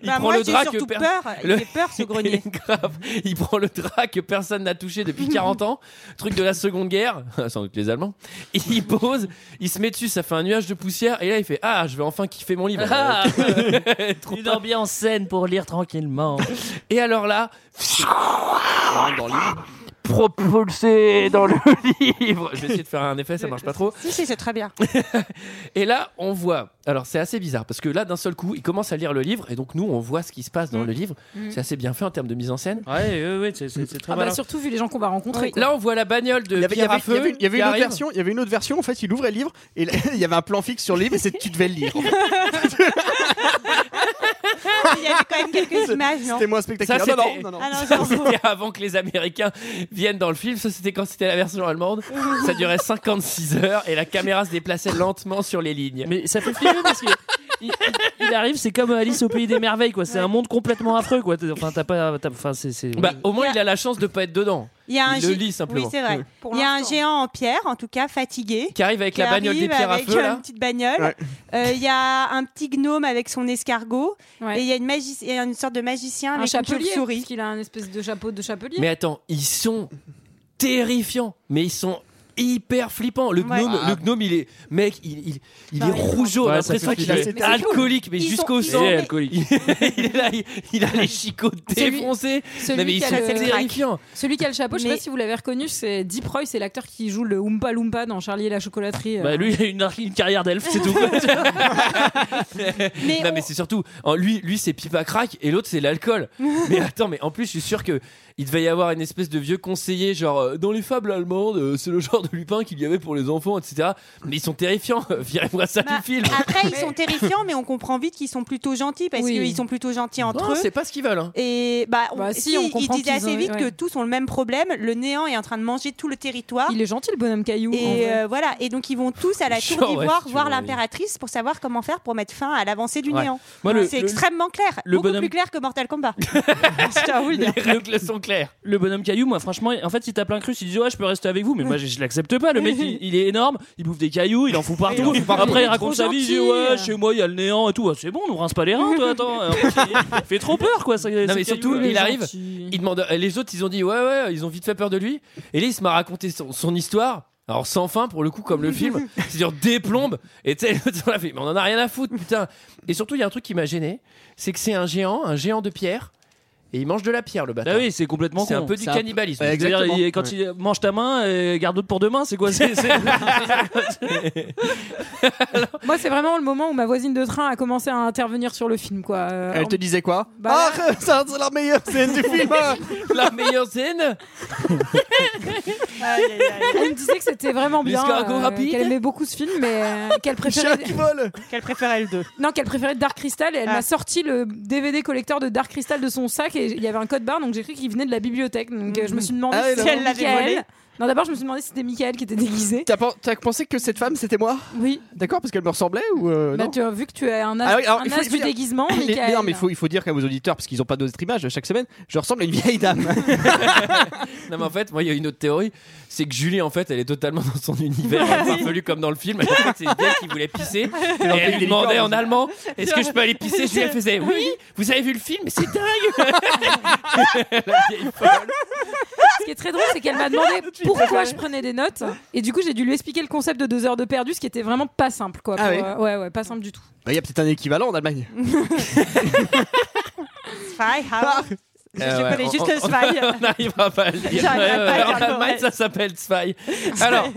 S9: Bah,
S1: prend
S9: moi,
S1: le
S9: j'ai
S1: drap que
S9: surtout
S1: per-
S9: peur.
S1: le-
S9: Il fait peur, ce grenier.
S1: Grave. Il prend le drap que personne n'a touché depuis 40 ans, truc de la Seconde Guerre, Ah, sans doute les Allemands. Il pose, il se met dessus, ça fait un nuage de poussière, et là il fait ah, je vais enfin kiffer mon livre.
S6: Ah,
S1: Trop
S6: il dort bien en scène pour lire tranquillement.
S1: Et alors là,
S6: Propulsé dans le.
S1: livre. Je vais essayer de faire un effet, ça marche pas trop.
S9: Si, si, c'est très bien.
S1: Et là, on voit. Alors, c'est assez bizarre parce que là, d'un seul coup, il commence à lire le livre et donc nous, on voit ce qui se passe dans le livre. C'est assez bien fait en termes de mise en scène.
S6: Mm. Ouais, ouais, ouais, c'est c'est- c'est très
S7: Ah bah,
S6: malin.
S7: surtout vu les gens qu'on va rencontrer. quoi.
S1: Là, on voit la bagnole de
S8: Il y avait, il y
S1: Pierre
S8: avait-
S1: à feu.
S8: il y avait- il y avait
S1: qui
S8: une autre
S1: arrive.
S8: version. Il y avait une autre version. En fait, il ouvrait le livre et là, il y avait un plan fixe sur le livre et c'est tu devais le lire.
S9: Ah, Il y avait quand même quelques images, non
S8: C'était moins spectaculaire.
S1: Ça,
S8: Non,
S1: c'était-
S8: non, non, non.
S9: Ah non,
S1: Ça,
S9: j'en fous.
S1: C'était avant que les Américains viennent dans le film. Ça, c'était quand c'était la version allemande. Ça durait 56 heures et la caméra se déplaçait lentement sur les lignes.
S6: Mais ça fait flipper parce que. Il, il- il arrive, c'est comme Alice au pays des merveilles, quoi. C'est un monde complètement affreux, quoi. Enfin, t'as pas, t'as- enfin, c'est, c'est-
S1: Bah, au moins,
S9: Il y a-
S1: il a la chance de pas être dedans.
S9: Il y a un
S1: Il le
S9: gé-
S1: lit, simplement.
S9: Oui, c'est vrai.
S7: Pour
S9: Il y a un
S7: l'instant.
S9: géant en pierre, en tout cas fatigué.
S1: Qui arrive avec
S9: qui
S1: la bagnole des
S9: arrive
S1: pierres à
S9: avec
S1: feu.
S9: euh,
S1: là.
S9: une petite bagnole. Euh,
S8: Ouais.
S9: Il y a un petit gnome avec son escargot
S7: Ouais.
S9: et il y a une magie, il y a une sorte de magicien
S7: un
S9: avec une
S7: chapelier, parce
S9: souris.
S7: qu'il a un espèce de chapeau de chapelier.
S1: Mais attends, ils sont terrifiants. Mais ils sont hyper flippant. Le
S9: Ouais.
S1: gnome,
S8: Ah.
S1: le gnome, il est, mec, il, il, il
S9: Ah
S1: est
S9: ouais.
S1: rougeau. On a
S6: Ouais, ça
S1: l'impression
S6: fait
S1: qu'il est
S9: flipper. Mais c'est cool.
S1: alcoolique, mais
S9: Ils sont-
S1: jusqu'au
S9: ils
S1: sang.
S9: sont- mais-
S1: Il, il est là, il, il a les chicots
S7: Celui-
S1: défoncés. Non, mais
S7: Celui,
S1: ils
S7: qui a
S1: sont
S9: le-
S1: terrifiants.
S7: celui qui a le chapeau, je sais
S9: Mais-
S7: pas si vous l'avez reconnu, c'est Deep Roy, c'est l'acteur qui joue le Oompa Loompa dans Charlie et la chocolaterie. euh.
S6: Bah, lui, il a une, une carrière d'elfe, c'est tout.
S9: Mais,
S1: non, mais c'est surtout, en- lui, lui c'est pipa crack et l'autre c'est l'alcool. mais attends, mais en plus, je suis sûr que il devait y avoir une espèce de vieux conseiller, genre euh, dans les fables allemandes, euh, c'est le genre de Lupin qu'il y avait pour les enfants, etc. Mais ils sont terrifiants. Virez-moi ça
S9: Bah,
S1: du film.
S9: Après, ils sont terrifiants, mais on comprend vite qu'ils sont plutôt gentils parce
S7: Oui.
S9: qu'ils sont plutôt gentils entre
S1: Non,
S9: eux.
S1: c'est pas ce qu'ils veulent. hein.
S9: Et bah, on-
S7: Bah, si,
S9: si,
S7: on
S9: ils
S7: comprend
S9: disent
S7: qu'ils
S9: assez
S7: ont-
S9: vite
S7: ouais.
S9: que tous ont le même problème. Le néant est en train de manger tout le territoire.
S7: Il est gentil le bonhomme caillou. en
S9: Et
S7: vrai.
S9: euh, voilà. Et donc ils vont tous à la tour
S1: Genre, ouais,
S9: d'ivoire
S1: si tu
S9: voir
S1: veux, oui.
S9: l'impératrice pour savoir comment faire pour mettre fin à l'avancée du
S1: Ouais.
S9: néant.
S6: Moi, le-
S9: C'est
S6: le-
S9: extrêmement clair.
S6: le
S9: beaucoup
S6: bonhomme-
S9: plus clair que Mortal Kombat. Je tiens à vous le dire.
S1: Les règles sont claires.
S6: Ah le bonhomme caillou, moi, franchement, en fait, il tape l'incruste, il dit Ouais, je peux rester avec vous, mais moi, je, je l'accepte pas. Le mec, il, il est énorme, il bouffe des cailloux, il en fout partout. Après, il raconte sa vie, il dit
S7: gentil.
S6: Ouais, chez moi, il y a le néant et tout. Ah, c'est bon, on nous rince pas les reins, toi, attends. Alors, il fait trop peur, quoi. ces- ces
S1: mais surtout,
S6: cailloux, euh.
S1: il
S6: là.
S1: arrive, Il demande, euh, les autres, ils ont dit ouais, ouais, ils ont vite fait peur de lui. Et là, il se m'a raconté son, son histoire. Alors sans fin pour le coup comme le film, c'est-à-dire déplombe et tu sais l'autre, on l'a fait, mais on en a rien à foutre putain. Et surtout il y a un truc qui m'a gêné, c'est que c'est un géant, un géant de pierre et il mange de la pierre le
S6: Bah
S1: bâtard.
S6: oui, c'est complètement
S1: c'est
S6: con.
S1: un peu du
S8: ça-
S1: cannibalisme.
S8: Ouais,
S6: C'est-à-dire,
S8: Exactement.
S6: il- quand il mange ta main, euh, garde l'autre pour demain, c'est quoi c'est- c'est-
S7: Moi, c'est vraiment le moment où ma voisine de train a commencé à intervenir sur le film, quoi. Euh,
S8: Elle te disait quoi
S7: Bah
S8: Ah, ça, c'est la meilleure scène du film hein.
S1: La meilleure scène.
S9: Aïe, aïe, aïe.
S7: Elle me disait que c'était vraiment bien, euh,
S1: L'escargot rapide.
S7: qu'elle aimait beaucoup ce film, mais euh, qu'elle
S8: Chien
S7: préférait
S8: qui vole
S9: Qu'elle préférait le 2.
S7: non qu'elle préférait Dark Crystal. Et elle
S9: Ah.
S7: m'a sorti le DVD collector de Dark Crystal de son sac et il y avait un code barre, donc j'ai cru qu'il venait de la bibliothèque. Donc euh, je me suis demandé
S8: Ah, elle
S7: si
S8: a- Euh,
S7: c'était
S9: Elle l'avait
S7: Michael.
S9: volé.
S7: Non, d'abord je me suis demandé si c'était Michael qui était déguisé.
S8: T'as pen- t'as pensé que cette femme c'était moi
S7: Oui.
S8: D'accord, parce qu'elle me ressemblait ou euh,
S7: Bah,
S8: non
S7: tu as vu que tu es un as,
S8: Ah oui, alors,
S7: un
S8: il faut-
S7: as
S8: il faut
S7: du
S8: dire-
S7: déguisement,
S8: Les-
S7: Michael.
S8: mais non, mais il faut, il faut dire qu'à vos auditeurs, parce qu'ils n'ont pas d'autres images chaque semaine, je ressemble à une vieille dame. Bah,
S1: Non mais en fait, moi il y a une autre théorie, c'est que Julie en fait, elle est totalement dans son univers farfelu comme dans le film. En fait, c'est une vieille qui voulait pisser et elle lui demandait en allemand "Est-ce que je peux aller pisser Je lui faisais "Oui, vous avez vu le film, mais c'est dingue." La vieille folle.
S7: Ce qui est très drôle, c'est qu'elle m'a demandé pourquoi je prenais des notes. Et du coup, j'ai dû lui expliquer le concept de deux heures de perdu, ce qui était vraiment pas simple, quoi.
S8: Ah
S7: pour,
S8: oui.
S7: euh, ouais, ouais, pas simple du tout.
S8: Bah, Il y a peut-être un équivalent en Allemagne.
S9: Je
S1: Euh, ouais,
S9: connais
S1: on-
S9: juste
S1: on-
S9: le Spy.
S1: On n'arrivera pas à le dire.
S9: J'arriverai pas à le
S1: Alors,
S9: dire,
S1: la maille,
S9: ouais.
S1: ça s'appelle Spy. Alors,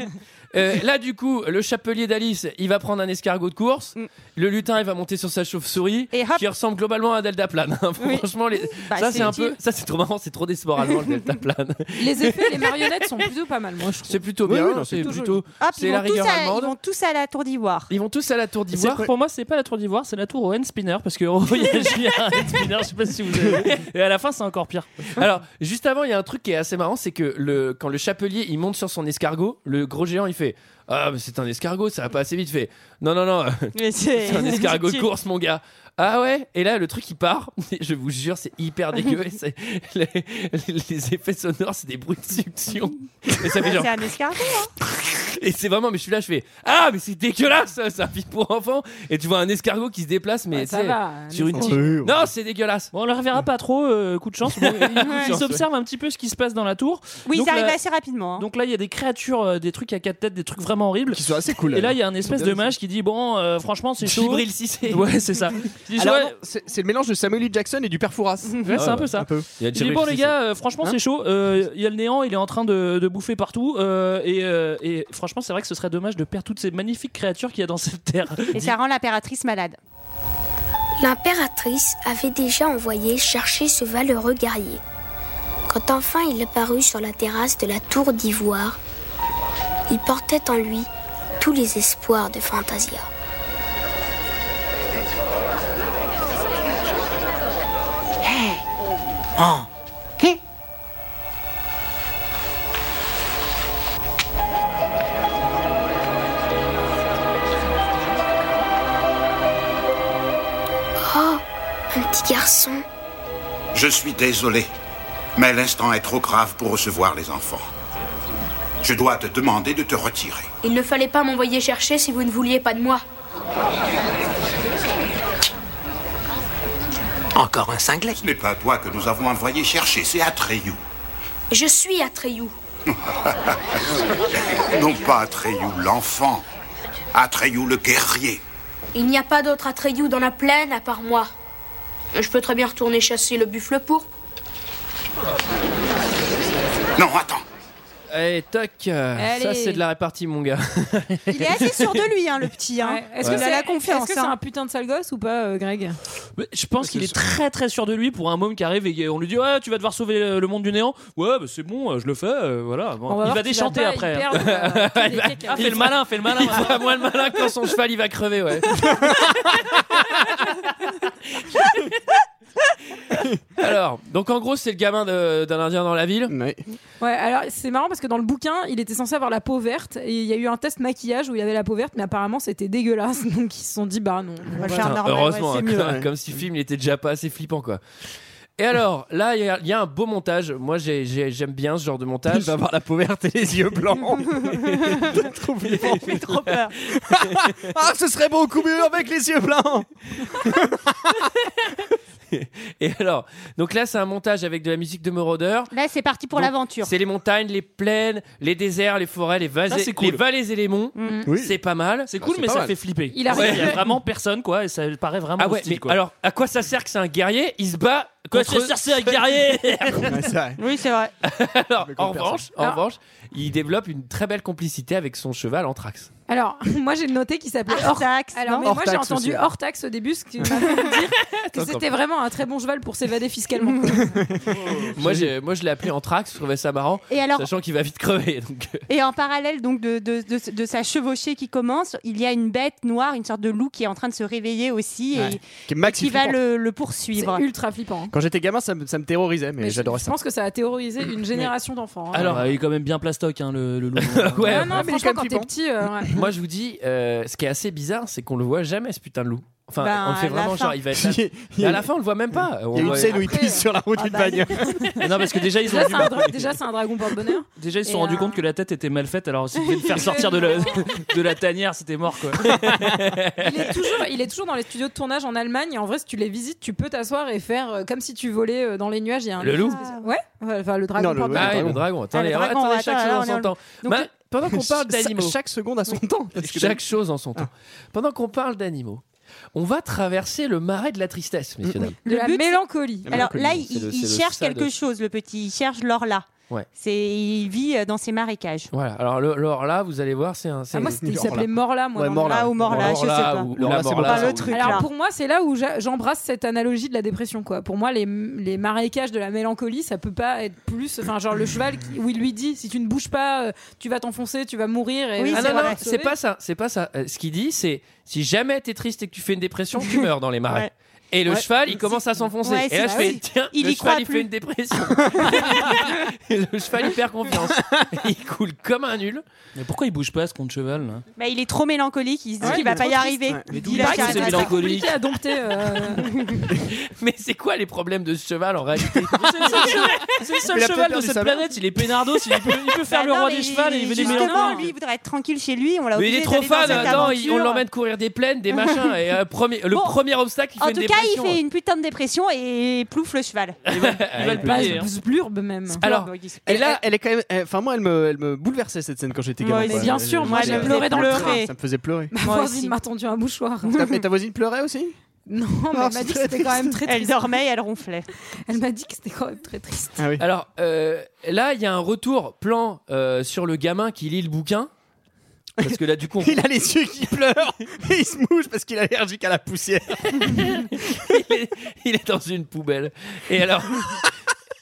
S1: euh, là, du coup, le chapelier d'Alice, il va prendre un escargot de course.
S9: Mm.
S1: Le lutin, il va monter sur sa chauve-souris,
S9: Et hop.
S1: qui ressemble globalement à un deltaplane. hein.
S9: Oui.
S1: Franchement, les-
S9: Bah,
S1: ça,
S9: c'est
S1: c'est un
S9: utile.
S1: peu. Ça, c'est trop marrant, c'est trop décevant allemand, le deltaplane.
S7: Les effets, les marionnettes sont plutôt pas mal, moi, je trouve.
S1: C'est plutôt
S8: Oui,
S1: bien,
S8: oui, non,
S1: c'est
S7: c'est toujours
S1: plutôt.
S9: Hop, Ah,
S1: C'est
S9: ils
S1: la
S9: vont, tous
S1: rigueur
S9: à,
S1: allemande.
S9: ils vont tous à la tour d'ivoire.
S1: Ils vont tous à la tour
S6: C'est-
S1: d'ivoire.
S6: Pour moi, c'est pas la tour d'ivoire, c'est la tour au hand spinner parce que oh, on réagit à un hand spinner. Je sais pas si vous avez. Et à la fin, c'est encore pire.
S1: Alors, juste avant, il y a un truc qui est assez marrant, c'est que le, quand le chapelier il monte sur son escargot, le gros géant il fait Ah, mais c'est un escargot, ça va pas assez vite. Il fait Non, non, non,
S9: Mais c'est
S1: C'est un escargot de course, mon gars. Ah ouais Et là, le truc, il part. Je vous jure, c'est hyper dégueu. Et c'est- les, les effets sonores, c'est des bruits de succion. Et ça fait genre-
S9: C'est un escargot. hein.
S1: et c'est vraiment, mais je suis là, je fais Ah, mais c'est dégueulasse, ça, ça vit pour enfants. Et tu vois un escargot qui se déplace, mais
S7: Ouais,
S1: tu
S7: ça
S1: sais,
S7: va.
S1: sur une tige.
S8: Euh,
S1: Non, c'est dégueulasse.
S6: Bon, on le reverra pas trop, euh, coup de chance. Bon,
S1: de
S6: ils
S1: chance,
S6: observent un petit peu ce qui se passe dans la tour.
S9: Oui,
S6: Donc,
S9: ils arrivent
S6: la-
S9: assez rapidement. hein.
S6: Donc là, il y a des créatures, euh, des trucs à quatre têtes, des trucs vraiment horribles.
S8: Qui sont assez cool. hein.
S6: Et là, il y a un espèce
S8: bien
S6: de mage qui dit Bon, euh, franchement, c'est chaud.
S1: Gibril Cissé.
S6: Ouais, c'est ça. Il dit,
S8: Alors,
S6: ouais,
S8: non, c'est c'est le mélange de Samuel L. Jackson et du Père Fouras. Ah,
S6: ouais, c'est un peu ça.
S8: Un peu.
S1: Il y a
S6: Il dit,
S1: Gibril
S6: bon les
S1: Cissé.
S6: gars, euh, franchement
S8: Hein
S6: c'est chaud. Euh, Il y a le néant, il est en train de, de bouffer partout. euh, et, euh, et franchement c'est vrai que ce serait dommage de perdre toutes ces magnifiques créatures qu'il y a dans cette terre.
S9: Et ça rend l'impératrice malade.
S10: L'impératrice avait déjà envoyé chercher ce valeureux guerrier. Quand enfin il apparut sur la terrasse de la tour d'ivoire, il portait en lui tous les espoirs de Fantasia. Oh, un petit garçon.
S2: Je suis désolé, mais l'instant est trop grave pour recevoir les enfants. Je dois te demander de te retirer.
S11: Il ne fallait pas m'envoyer chercher si vous ne vouliez pas de moi.
S4: Encore un cinglé.
S2: Ce n'est pas toi que nous avons envoyé chercher, c'est Atreyu.
S11: Je suis Atreyu.
S2: Non pas Atreyu l'enfant, Atreyu le guerrier.
S11: Il n'y a pas d'autre Atreyu dans la plaine à part moi. Je peux très bien retourner chasser le buffle pourpre.
S2: Non, attends.
S1: Allez, Eh, toc.
S7: Allez.
S1: Ça, c'est de la répartie, mon gars.
S9: Il est assez sûr de lui, hein, le petit. Hein.
S7: Ouais. Est-ce
S1: Ouais.
S7: que
S9: Il a
S7: c'est
S9: la confiance,
S7: Est-ce que
S9: hein.
S7: c'est un putain de sale gosse ou pas, euh, Greg
S6: Mais Je pense qu'il est très très sûr de lui pour un môme qui arrive et on lui dit ouais tu vas devoir sauver euh, le monde du néant ouais bah, c'est bon euh, je le fais euh, voilà
S7: On
S6: Bon,
S7: va
S6: il
S7: voir
S6: va
S7: qu'il va
S6: déchanter
S7: pas y
S6: après
S7: perdre, euh, tous les
S6: Il
S7: cakes.
S6: ah, fais le malin fais le malin
S1: Il fera moins le malin quand son cheval il va crever, ouais. Alors, donc en gros, c'est le gamin de- d'un indien dans la ville.
S8: Ouais.
S7: Ouais, alors c'est marrant parce que dans le bouquin, il était censé avoir la peau verte et il y a eu un test maquillage où il y avait la peau verte, mais apparemment c'était dégueulasse. Donc ils se sont dit, bah non.
S9: On va le
S7: voilà.
S9: faire
S1: Putain,
S9: normal,
S1: heureusement,
S9: ouais,
S1: hein,
S9: c'est mieux.
S1: comme, comme si le film il était déjà pas assez flippant quoi. Et alors, là, il y a- il y, a un beau montage. Moi, j'ai- j'ai- j'aime bien ce genre de
S8: Il
S1: montage.
S8: va avoir la peau verte et les yeux blancs. trop flippant.
S9: Il fait trop peur.
S8: Ah, ce serait beau coup mûr avec les yeux blancs.
S1: Et alors, donc là, c'est un montage avec de la musique de Moroder.
S12: Là, c'est parti pour
S1: Donc,
S12: l'aventure.
S1: C'est les montagnes, les plaines, les déserts, les forêts, les, vasées-
S6: Ça, Ah, c'est cool.
S1: les vallées et les monts. C'est pas mal.
S6: c'est cool
S8: Ah, c'est
S6: mais
S8: pas
S6: ça
S8: mal.
S6: fait flipper
S7: Il a
S6: Ouais, il y a
S7: réussi.
S6: vraiment personne quoi et ça paraît vraiment
S1: Ah ouais,
S6: hostile,
S1: mais
S6: quoi.
S1: alors, à quoi ça sert que c'est un guerrier Il se bat
S6: quoi
S1: contre...
S6: c'est c'est un guerrier
S9: Oui, c'est vrai.
S1: Alors, en
S8: personne.
S1: revanche, en revanche, il développe une très belle complicité avec son cheval Anthrax.
S7: Alors, moi j'ai noté qu'il s'appelait Or-
S9: Ortax.
S7: Alors, mais
S9: non
S7: moi j'ai
S8: Ortax
S7: entendu
S8: aussi.
S7: Hortax au début, ce qui m'a fait me dire que
S1: Encore.
S7: c'était vraiment un très bon cheval pour s'évader fiscalement.
S1: Moi, j'ai- moi, je l'ai appelé Anthrax, je trouvais ça marrant,
S12: Et alors,
S1: sachant qu'il va vite crever. Donc, euh,
S12: et en parallèle donc de, de, de- de sa chevauchée qui commence, il y a une bête noire, une sorte de loup qui est en train de se réveiller aussi
S8: Ouais.
S12: et
S8: Qui est maxi
S12: qui va
S8: flippant.
S12: le, le
S7: C'est
S12: poursuivre.
S7: ultra flippant. hein.
S8: Quand j'étais gamin, ça me, ça me terrorisait, mais,
S7: Mais je,
S8: j'adorais
S7: je
S8: ça.
S7: pense que ça a terrorisé une génération d'enfants. hein.
S6: alors euh, il est quand même bien plastoc hein, le, le loup
S1: ouais,
S7: Ah non,
S8: mais il
S7: franchement,
S8: est quand
S7: quand
S8: même
S7: t'es petit, euh, ouais.
S1: moi, je vous dis, euh, ce qui est assez bizarre, c'est qu'on le voit jamais, ce putain de loup. Enfin,
S9: Ben,
S1: on le fait
S9: à la
S1: vraiment
S9: fin.
S1: genre, il va être là.
S8: Il y a- il
S1: Mais
S8: y
S1: à
S8: a-
S1: la fin, on le voit même pas.
S8: il y a
S1: On-
S8: une scène où il
S7: Après,
S8: pisse sur la route
S9: ah
S8: d'une
S9: bah,
S8: bagnole.
S6: non parce que déjà ils ont
S7: déjà,
S6: dû
S7: c'est un dra- déjà, c'est un dragon porte-bonheur.
S6: Déjà, ils se sont
S7: Et
S6: rendus
S7: euh,
S6: compte que la tête était mal faite, alors s'ils devaient le faire sortir de la, de la tanière, c'était mort quoi.
S7: Il est, toujours, il est toujours dans les studios de tournage en Allemagne. Et en vrai, si tu les visites, tu peux t'asseoir et faire euh, comme si tu volais euh, dans les nuages. Il y a un
S1: Le loup
S7: Ouais, enfin le
S8: Non,
S7: dragon.
S8: le-
S7: porte-
S1: Ah,
S8: Le
S1: et le
S8: dragon.
S1: dragon.
S9: Ah,
S1: Attendez,
S9: le dragon,
S1: attendez,
S9: attends,
S1: chaque chose
S9: là,
S1: en
S9: on est
S1: son
S9: en-
S1: temps.
S9: Donc,
S1: Ma- Pendant qu'on parle d'animaux,
S8: Chaque seconde à son temps. Parce que
S1: chaque chose en son temps. Pendant qu'on parle d'animaux, on va traverser le marais de la tristesse, messieurs dames.
S7: de
S9: Le
S7: la
S9: but, c'est-
S7: mélancolie.
S8: La
S9: Alors
S8: mélancolie,
S9: là,
S1: non,
S9: il,
S1: c'est le-
S9: il
S1: c'est le
S9: cherche
S1: sale de-
S9: quelque chose, le petit. Il cherche l'or là.
S1: Ouais.
S9: C'est, il vit euh, dans ses marécages.
S1: Voilà. Alors, le- alors là, vous allez voir, c'est un. c'est-
S7: Ah, moi, c'était- il
S8: Morla.
S7: s'appelait Morla. Moi,
S8: Ouais,
S7: dans le-
S8: Morla.
S9: Là ou mort là, je sais
S1: Morla
S9: pas.
S1: ou-
S8: Morla,
S1: la
S8: c'est
S1: Morla,
S8: pas
S1: ça,
S9: le
S1: ou-
S9: truc là.
S7: Alors pour moi, c'est là où j'a- j'embrasse cette analogie de la dépression. quoi. Pour moi, les, les marécages de la mélancolie, ça peut pas être plus. Enfin, genre le cheval qui- où il lui dit si tu ne bouges pas, euh, tu vas t'enfoncer, tu vas mourir. Et
S9: Oui,
S1: Ah
S9: c'est
S1: non, non,
S9: vrai.
S1: c'est pas ça, c'est pas ça. Euh, ce qu'il dit, c'est si jamais t'es triste et que tu fais une dépression, tu meurs dans les marais.
S9: Ouais.
S1: Et le
S8: Ouais.
S1: cheval, il commence à s'enfoncer.
S9: Ouais,
S1: et
S9: c'est
S1: là, je
S9: vrai.
S1: fais, tiens,
S9: Il
S1: le
S9: y
S1: cheval,
S9: croit
S1: il fait
S9: plus.
S1: une dépression. et le cheval, il perd confiance. il coule comme un nul.
S6: Mais pourquoi il bouge pas ce compte cheval là
S9: Bah, il est trop mélancolique, il se dit
S7: Ouais,
S9: qu'il
S7: il
S9: va
S7: est
S9: pas
S7: trop
S9: y arriver.
S8: Ouais.
S9: Il
S6: Mais d'où
S9: dit,
S6: il
S9: là,
S6: paraît que
S9: j'arrête
S6: c'est
S9: pas.
S7: C'est
S6: mélancolique.
S7: compliqué à dompter. euh,
S1: Mais c'est quoi les problèmes de ce cheval en réalité
S6: C'est le seul cheval- c'est le seul
S8: Mais
S6: cheval
S8: la plupart
S6: de
S8: du
S6: cette
S8: saveur.
S6: planète, il est pénardos, il peut, il peut faire
S9: Bah
S6: le
S9: non,
S6: roi
S9: mais
S6: des chevals et il veut les
S9: Justement,
S6: mélancoliques.
S9: lui, il voudrait être tranquille chez lui. On l'a
S1: Mais il
S9: obligé
S1: est trop
S9: d'aller dans
S1: fan,
S9: cette
S1: attends, il- on
S9: aventure.
S1: l'emmène courir des plaines, des machins, et euh, premier, le
S9: Bon.
S1: premier obstacle, il fait
S9: En
S1: une
S9: tout cas, il
S1: dépression.
S9: fait une putain de dépression et plouf le cheval.
S8: Ah,
S6: Il va le
S7: Bah,
S6: payer. hein.
S7: Sblurb même.
S1: Alors,
S9: Donc, il se-
S8: Elle, là, elle est quand même. elle- Enfin, moi, elle me, elle me bouleversait cette scène quand j'étais gamin.
S9: Moi,
S8: quoi.
S9: mais
S7: bien
S8: Elle-
S7: sûr, moi,
S8: elle-
S7: j'ai
S8: elle-
S7: pleuré dans le
S9: pleuré.
S8: Ça me faisait pleurer.
S7: Ma
S9: Moi
S7: voisine
S9: aussi.
S7: m'a tendu un mouchoir.
S8: Ta- Mais ta voisine pleurait aussi
S7: Non, mais
S12: Ah,
S8: Non,
S7: elle m'a
S8: c'est
S7: dit que
S8: très
S7: c'était quand même très
S9: Elle
S7: triste.
S9: dormait et elle ronflait.
S7: Elle m'a dit que c'était quand même très triste.
S8: Ah oui.
S1: Alors euh, là, il y a un retour plan euh, sur le gamin qui lit le bouquin. Parce que là, du coup, on-
S8: Il a les yeux qui pleurent et il se mouche parce qu'il est allergique à la poussière.
S1: il, est, il est dans une poubelle. Et alors,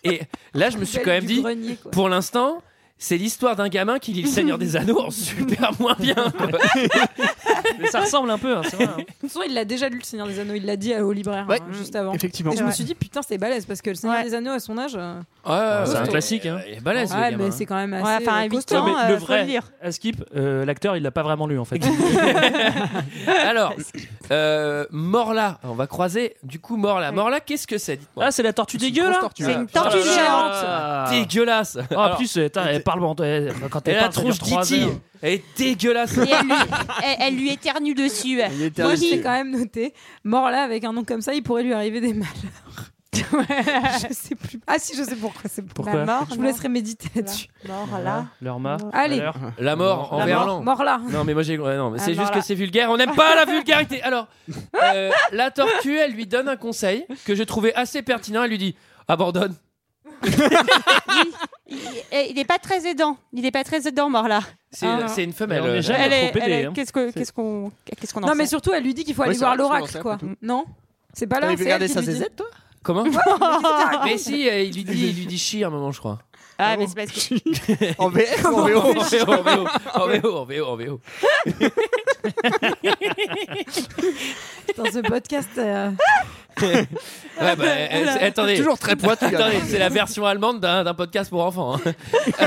S1: et là, je me suis quand même dit, pour l'instant, c'est l'histoire d'un gamin qui lit Le Seigneur des Anneaux en super moins bien. quoi.
S6: Mais ça ressemble un peu, hein, c'est vrai. hein.
S7: De toute façon, il l'a déjà lu, le Seigneur des Anneaux. Il l'a dit au libraire
S8: Ouais.
S7: hein, juste avant.
S8: Effectivement.
S7: Et je me
S9: Ouais.
S7: suis dit, putain, c'est balèze parce que le Seigneur
S9: Ouais.
S7: des Anneaux à son âge. euh,
S1: Ouais,
S6: C'est
S1: ouais.
S6: un classique. Hein.
S1: Il est balèze, le
S7: ouais,
S1: gamin,
S7: mais
S1: hein.
S7: c'est quand même assez.
S9: Ouais, enfin, à
S7: euh,
S9: huit
S7: costaud.
S9: ans,
S6: Ouais, mais
S9: euh,
S6: le
S9: faut
S6: vrai.
S9: le lire.
S6: À Skip, euh, l'acteur, il l'a pas vraiment lu en fait. Oh,
S1: Alors, euh, Morla, on va croiser. Du coup, Morla. Morla, qu'est-ce que c'est Dites-moi.
S6: Ah, c'est la tortue dégueu là
S9: C'est une
S6: Ah,
S9: tortue
S6: là, là,
S9: géante.
S6: là.
S1: Dégueulasse.
S6: Ah,
S1: Alors,
S6: en plus, euh, tain, elle parle en- elle- quand
S1: et
S6: elle
S1: la
S6: parle, ça dure
S1: tronche
S6: trois
S1: d'Iti
S6: heures.
S1: elle est dégueulasse.
S9: Et elle lui, elle, elle lui éternue dessus.
S8: Il est
S7: Moi,
S8: allé-
S7: j'ai quand même noté, mort là avec un nom comme ça, il pourrait lui arriver des malheurs. je sais plus. Ah si, je sais pourquoi c'est
S6: Pourquoi La mort,
S7: Je vous
S6: non
S7: laisserai méditer là-dessus.
S9: Mort là.
S6: Leur mort.
S7: Allez.
S6: leur-
S1: La mort en
S7: La mort-
S1: verlan.
S7: mort là.
S1: Non, mais moi j'ai. ouais, non, mais
S7: Ah,
S1: c'est
S7: mort
S1: juste
S7: là.
S1: que c'est vulgaire. On n'aime pas la vulgarité. Alors, euh, la tortue, elle lui donne un conseil que je trouvais assez pertinent. Elle lui dit abandonne.
S12: Et il n'est pas très aidant. Il n'est pas très aidant, mort là.
S1: C'est
S12: Ah, non.
S1: c'est une femelle. euh,
S12: Elle est- elle
S6: hein.
S12: est- Qu'est-ce que- qu'est-ce qu'on qu'est-ce qu'on en
S7: Non, mais
S12: sait
S7: surtout, elle lui dit qu'il faut
S1: Ouais,
S7: aller
S1: c'est
S7: voir
S1: vrai que tu
S7: l'oracle,
S1: m'en
S7: quoi.
S1: sers,
S7: Non C'est pas là.
S1: T'avais
S7: c'est
S1: regardé
S7: elle qui
S1: sa
S7: lui dit.
S1: zézette, toi Comment
S7: Ouais, mais
S1: Mais si, euh, il lui dit, il lui dit chi à un moment, je crois.
S12: Ah, mais c'est parce que.
S8: En VF ou en VO
S1: En VO, en VO, en VO, en VO, en VO.
S7: Dans ce podcast. euh,
S1: Ouais, bah, euh,
S7: Elle a-
S1: c'est- attendez.
S8: Toujours très pointu, la
S1: Attendez,
S8: dame.
S1: c'est la version allemande d'un d'un podcast pour enfants. hein.
S12: On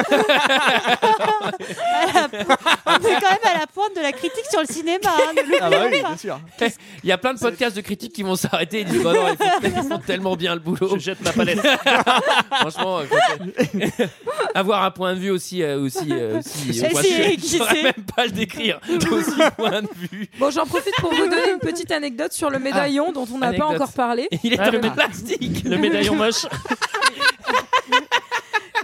S12: est quand même à la pointe de la critique sur le cinéma. hein, ne l'oublions
S8: Ah bah oui,
S12: pas.
S8: bien sûr.
S1: Il y a plein de podcasts de critiques qui vont s'arrêter et dire bah non, ils font, ils font tellement bien le boulot.
S6: Je jette ma palette.
S1: Franchement, euh, quand- avoir un point de vue aussi euh, aussi euh, aussi.
S12: Celle-ci
S1: moi, je-
S12: est
S1: je saurais
S12: glissée.
S1: même pas le décrire. Aussi point de vue.
S7: Bon, j'en profite pour vous donner une petite anecdote sur le médaillon dont on n'a pas
S1: Ah, anecdote.
S7: encore parlé.
S1: Il est
S6: Ah,
S1: en
S6: le mé-
S1: plastique.
S6: Le médaillon moche.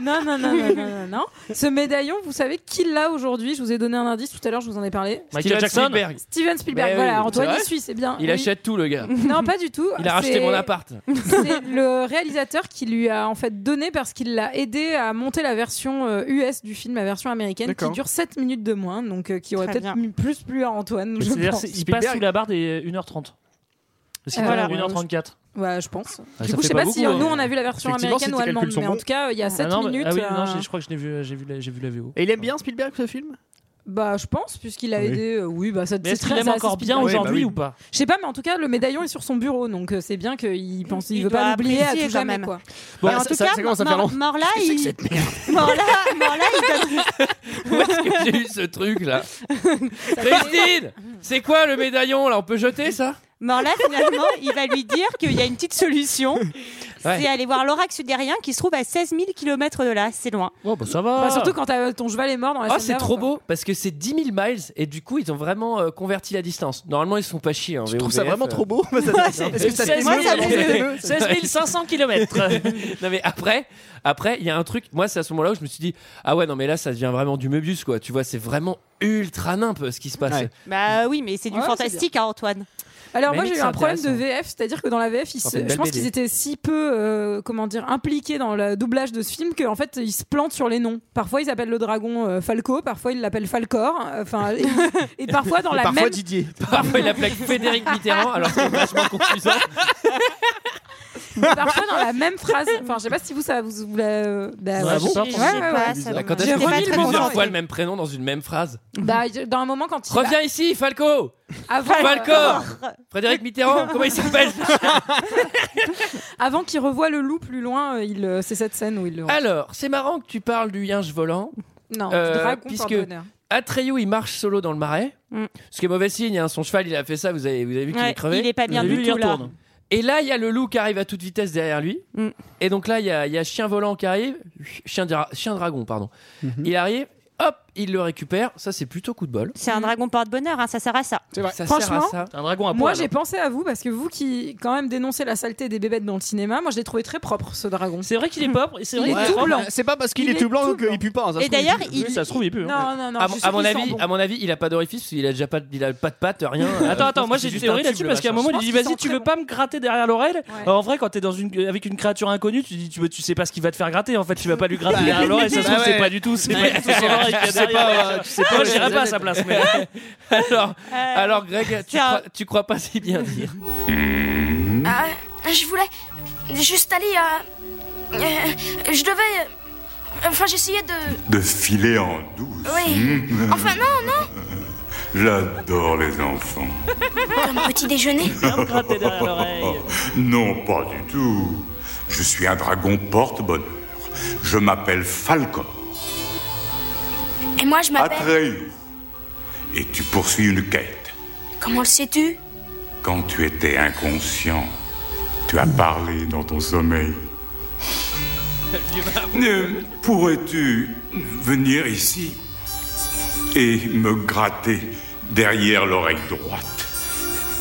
S7: Non, non, non, non, non, non, non. Ce médaillon, vous savez qui l'a aujourd'hui Je vous ai donné un indice tout à l'heure, je vous en ai parlé.
S6: Michael
S1: Steven
S6: Jackson.
S1: Spielberg.
S7: Steven Spielberg,
S1: Mais Bah oui,
S7: voilà,
S1: c'est
S7: Antoine
S1: vrai
S7: y suit, c'est bien.
S1: Il
S7: Oui.
S1: achète tout le gars.
S7: Non, pas du tout.
S1: Il a racheté
S7: C'est-
S1: mon appart.
S7: C'est le réalisateur qui lui a en fait donné parce qu'il l'a aidé à monter la version euh, US du film, la version américaine, qui
S8: D'accord.
S7: dure 7 minutes de moins, donc euh, qui aurait
S12: Très
S7: peut-être
S12: bien.
S7: mis plus plu à Antoine, je
S6: C'est-à-dire,
S7: pense.
S6: c'est- il passe sous la barre des 1h30. Parce qu'il
S7: Euh,
S6: voilà,
S7: voilà.
S6: 1h34.
S7: Ouais, je pense.
S6: Ah,
S7: du
S6: ça
S7: coup, je
S6: fait
S7: sais
S6: pas
S7: pas, si
S6: beaucoup,
S7: euh, nous
S6: hein.
S7: on a vu la version
S8: Effectivement, si
S7: américaine ou
S8: tes calculs
S7: allemande,
S8: sont
S7: mais en
S8: bons.
S7: tout cas, il y a 7
S6: ah non, mais-
S7: minutes.
S6: ah oui,
S7: euh,
S6: non, j'ai- je crois que je l'ai vu, euh, j'ai vu, la- j'ai vu la VO.
S8: Et il aime bien Spielberg ce film
S7: Bah, je pense, puisqu'il a
S8: Oui.
S7: aidé. euh, oui, bah, ça
S6: Mais
S7: c'est
S6: est-ce
S7: très-
S6: qu'il aime
S7: ça,
S6: encore
S7: c'est
S6: bien
S8: Spielberg.
S6: aujourd'hui
S8: Oui, bah
S6: ou
S8: oui.
S6: pas
S7: Je sais pas, mais en tout cas, le médaillon est sur son bureau, donc euh, c'est bien qu'il pense, il,
S12: Il
S7: veut
S12: doit
S7: pas l'oublier à
S12: apprécier
S7: tout
S12: quand
S7: jamais,
S12: même.
S7: quoi.
S8: Bon,
S12: Et en
S8: ça-
S12: tout
S8: ça-
S12: cas,
S8: ça commence à faire
S12: Mor-
S8: long.
S12: Morla,
S8: Qu'est-ce que c'est
S12: il.
S8: que cette merde
S12: Morla, Morla, il donne.
S1: Où est-ce que j'ai eu ce truc là Christine, c'est quoi le médaillon là On peut jeter ça
S12: Morla, finalement, il va lui dire qu'il y a une petite solution.
S1: Ouais.
S12: C'est aller voir l'oracle sudérien qui se trouve à 16 000 km de là. C'est loin.
S1: Oh,
S6: Bon, bah ça va.
S7: Bah, surtout quand t'as- ton cheval est mort dans la
S1: Ah,
S7: scène
S1: c'est
S7: d'avant,
S1: trop
S7: quoi.
S1: beau parce que c'est 10 000 miles et du coup ils ont vraiment euh, converti la distance. Normalement ils se font pas chier. Hein,
S8: Je trouve ça
S1: VOVF,
S8: vraiment
S1: euh.
S8: trop beau. Est-ce que ça te
S6: Seize
S8: émeut,
S6: mille-
S8: vraiment, ça t'émeut
S6: 16 500 km.
S1: Non mais après, après il y a un truc. Moi c'est à ce moment-là où je me suis dit ah ouais non mais là ça devient vraiment du Möbius quoi. Tu vois c'est vraiment ultra nimp euh, ce qui se passe.
S8: Ouais.
S12: Bah oui, mais c'est du
S7: Ouais,
S12: fantastique, hein, Antoine.
S7: Alors
S1: Mais
S7: moi
S1: mec,
S7: j'ai eu
S1: c'est
S7: un problème de
S1: intéressant.
S7: VF, c'est-à-dire que dans la VF, ils
S1: Ça
S7: se-
S1: fait une
S7: je
S1: belle
S7: pense
S1: BD.
S7: qu'ils étaient si peu, euh, comment dire, impliqués dans le doublage de ce film qu'en fait ils se plantent sur les noms. Parfois ils appellent le dragon euh, Falco, parfois ils l'appellent Falcor, euh, enfin et, et parfois dans la
S8: Parfois
S7: même.
S8: Didier.
S1: Parfois il appelle Frédéric Mitterrand alors c'est vachement confusant.
S7: Parfois dans la même phrase. Enfin, je sais pas si vous ça vous. vous la- euh, bah,
S6: Ouais,
S7: ouais,
S6: bon
S7: je-
S6: Pardon,
S12: J'ai-
S7: ouais,
S12: j'ai
S7: ouais, ouais.
S12: pas, ça
S8: Bah,
S12: me-
S8: quand
S12: j'ai
S8: est-ce
S12: pas
S8: qu'on
S12: très
S8: dit
S12: bon
S8: le plusieurs
S12: sens.
S1: Plusieurs fois le même prénom dans une même phrase.
S7: Bah, il- dans un moment quand il
S1: Reviens ici Falco,
S7: bah, avant, euh,
S1: Falco, Frédéric Mitterrand, comment il s'appelle
S7: avant qu'il revoie le loup plus loin, euh, il euh, c'est cette scène où il le.
S1: Alors c'est marrant que tu parles du yinche volant.
S7: non, du
S1: euh,
S7: dragon
S1: puisque-
S7: porte-bonheur.
S1: Atreyu il marche solo dans le marais,
S12: Mm.
S1: ce qui est mauvais signe. hein. Son cheval il a fait ça, vous avez, vous avez vu qu'il
S12: Ouais,
S1: est crevé.
S12: il est pas bien
S6: Lui,
S12: du
S6: il
S12: tout là.
S6: retourne.
S1: Et là il y a le loup qui arrive à toute vitesse derrière lui.
S12: Mm.
S1: Et donc là il y a, il y a chien volant qui arrive, chien, dra- chien dragon pardon.
S6: Mhm.
S1: Il arrive, hop, il le récupère. Ça c'est plutôt coup de bol.
S12: C'est un dragon porte-bonheur, hein, ça sert à ça.
S1: Ça
S7: Franchement,
S1: sert à ça.
S6: Un dragon à
S7: Moi,
S6: poil. hein.
S7: j'ai pensé à vous parce que vous qui, quand même, dénoncez la saleté des bébêtes dans le cinéma, moi, je l'ai trouvé très propre ce dragon.
S6: C'est vrai qu'il est propre et c'est
S7: Il
S6: vrai
S7: est
S6: qu'il est
S7: tout
S6: propre.
S7: blanc.
S8: Euh, C'est pas parce qu'il
S7: Il
S8: est
S7: est
S8: tout blanc
S7: tout
S8: qu'il
S7: blanc.
S8: pue pas. hein, ça se
S12: Et
S8: trouve, il
S12: d'ailleurs,
S8: pue.
S12: il.
S6: Oui, ça se trouve, il pue. hein.
S7: Non, non, non.
S1: à,
S7: je
S1: mon-
S7: suis
S1: à mon
S7: sûre qu'ils
S1: avis,
S7: sont bons.
S1: à mon avis, il a pas d'orifice, il a déjà pas, de- il a pas de pattes, rien.
S6: Attends,
S1: Euh,
S6: attends, moi
S1: c'est
S6: j'ai une
S1: juste
S6: théorie
S1: un
S6: là-dessus
S1: tube,
S6: parce qu'à un
S1: le
S6: moment
S1: machin.
S6: il dit
S7: Je pense qu'ils
S6: vas-y,
S7: sont
S6: tu
S7: très
S6: veux pas me gratter derrière l'oreille
S7: Ouais.
S6: En vrai, quand t'es dans une avec une créature inconnue, tu dis tu, veux- tu sais pas ce qu'il va te faire gratter en fait, tu vas pas lui gratter derrière l'oreille, ça se trouve
S8: Bah ouais.
S6: c'est pas du tout, Ah c'est
S8: Ouais.
S6: pas du tout son oreille qu'il y a derrière.
S8: euh, tu sais
S6: Moi
S8: euh,
S6: j'irai pas à sa place, mais
S1: Alors,
S12: euh,
S1: alors Greg, tu
S12: c'est un-
S1: crois, tu crois pas si bien dire.
S11: Ah, je voulais juste aller à. euh, Je devais. Enfin, j'essayais de.
S13: De filer en douce.
S11: Oui. Enfin, non,
S13: J'adore les enfants.
S11: comme petit déjeuner.
S6: viens me gratter derrière l'oreille.
S13: Non, pas du tout. Je suis un dragon porte-bonheur. Je m'appelle Falcon
S11: Et moi, je m'appelle.
S13: Atreyu. Et tu poursuis une quête.
S11: Comment le sais-tu
S13: Quand tu étais inconscient, tu as parlé dans ton sommeil. Euh, Pourrais-tu venir ici et me gratter derrière l'oreille droite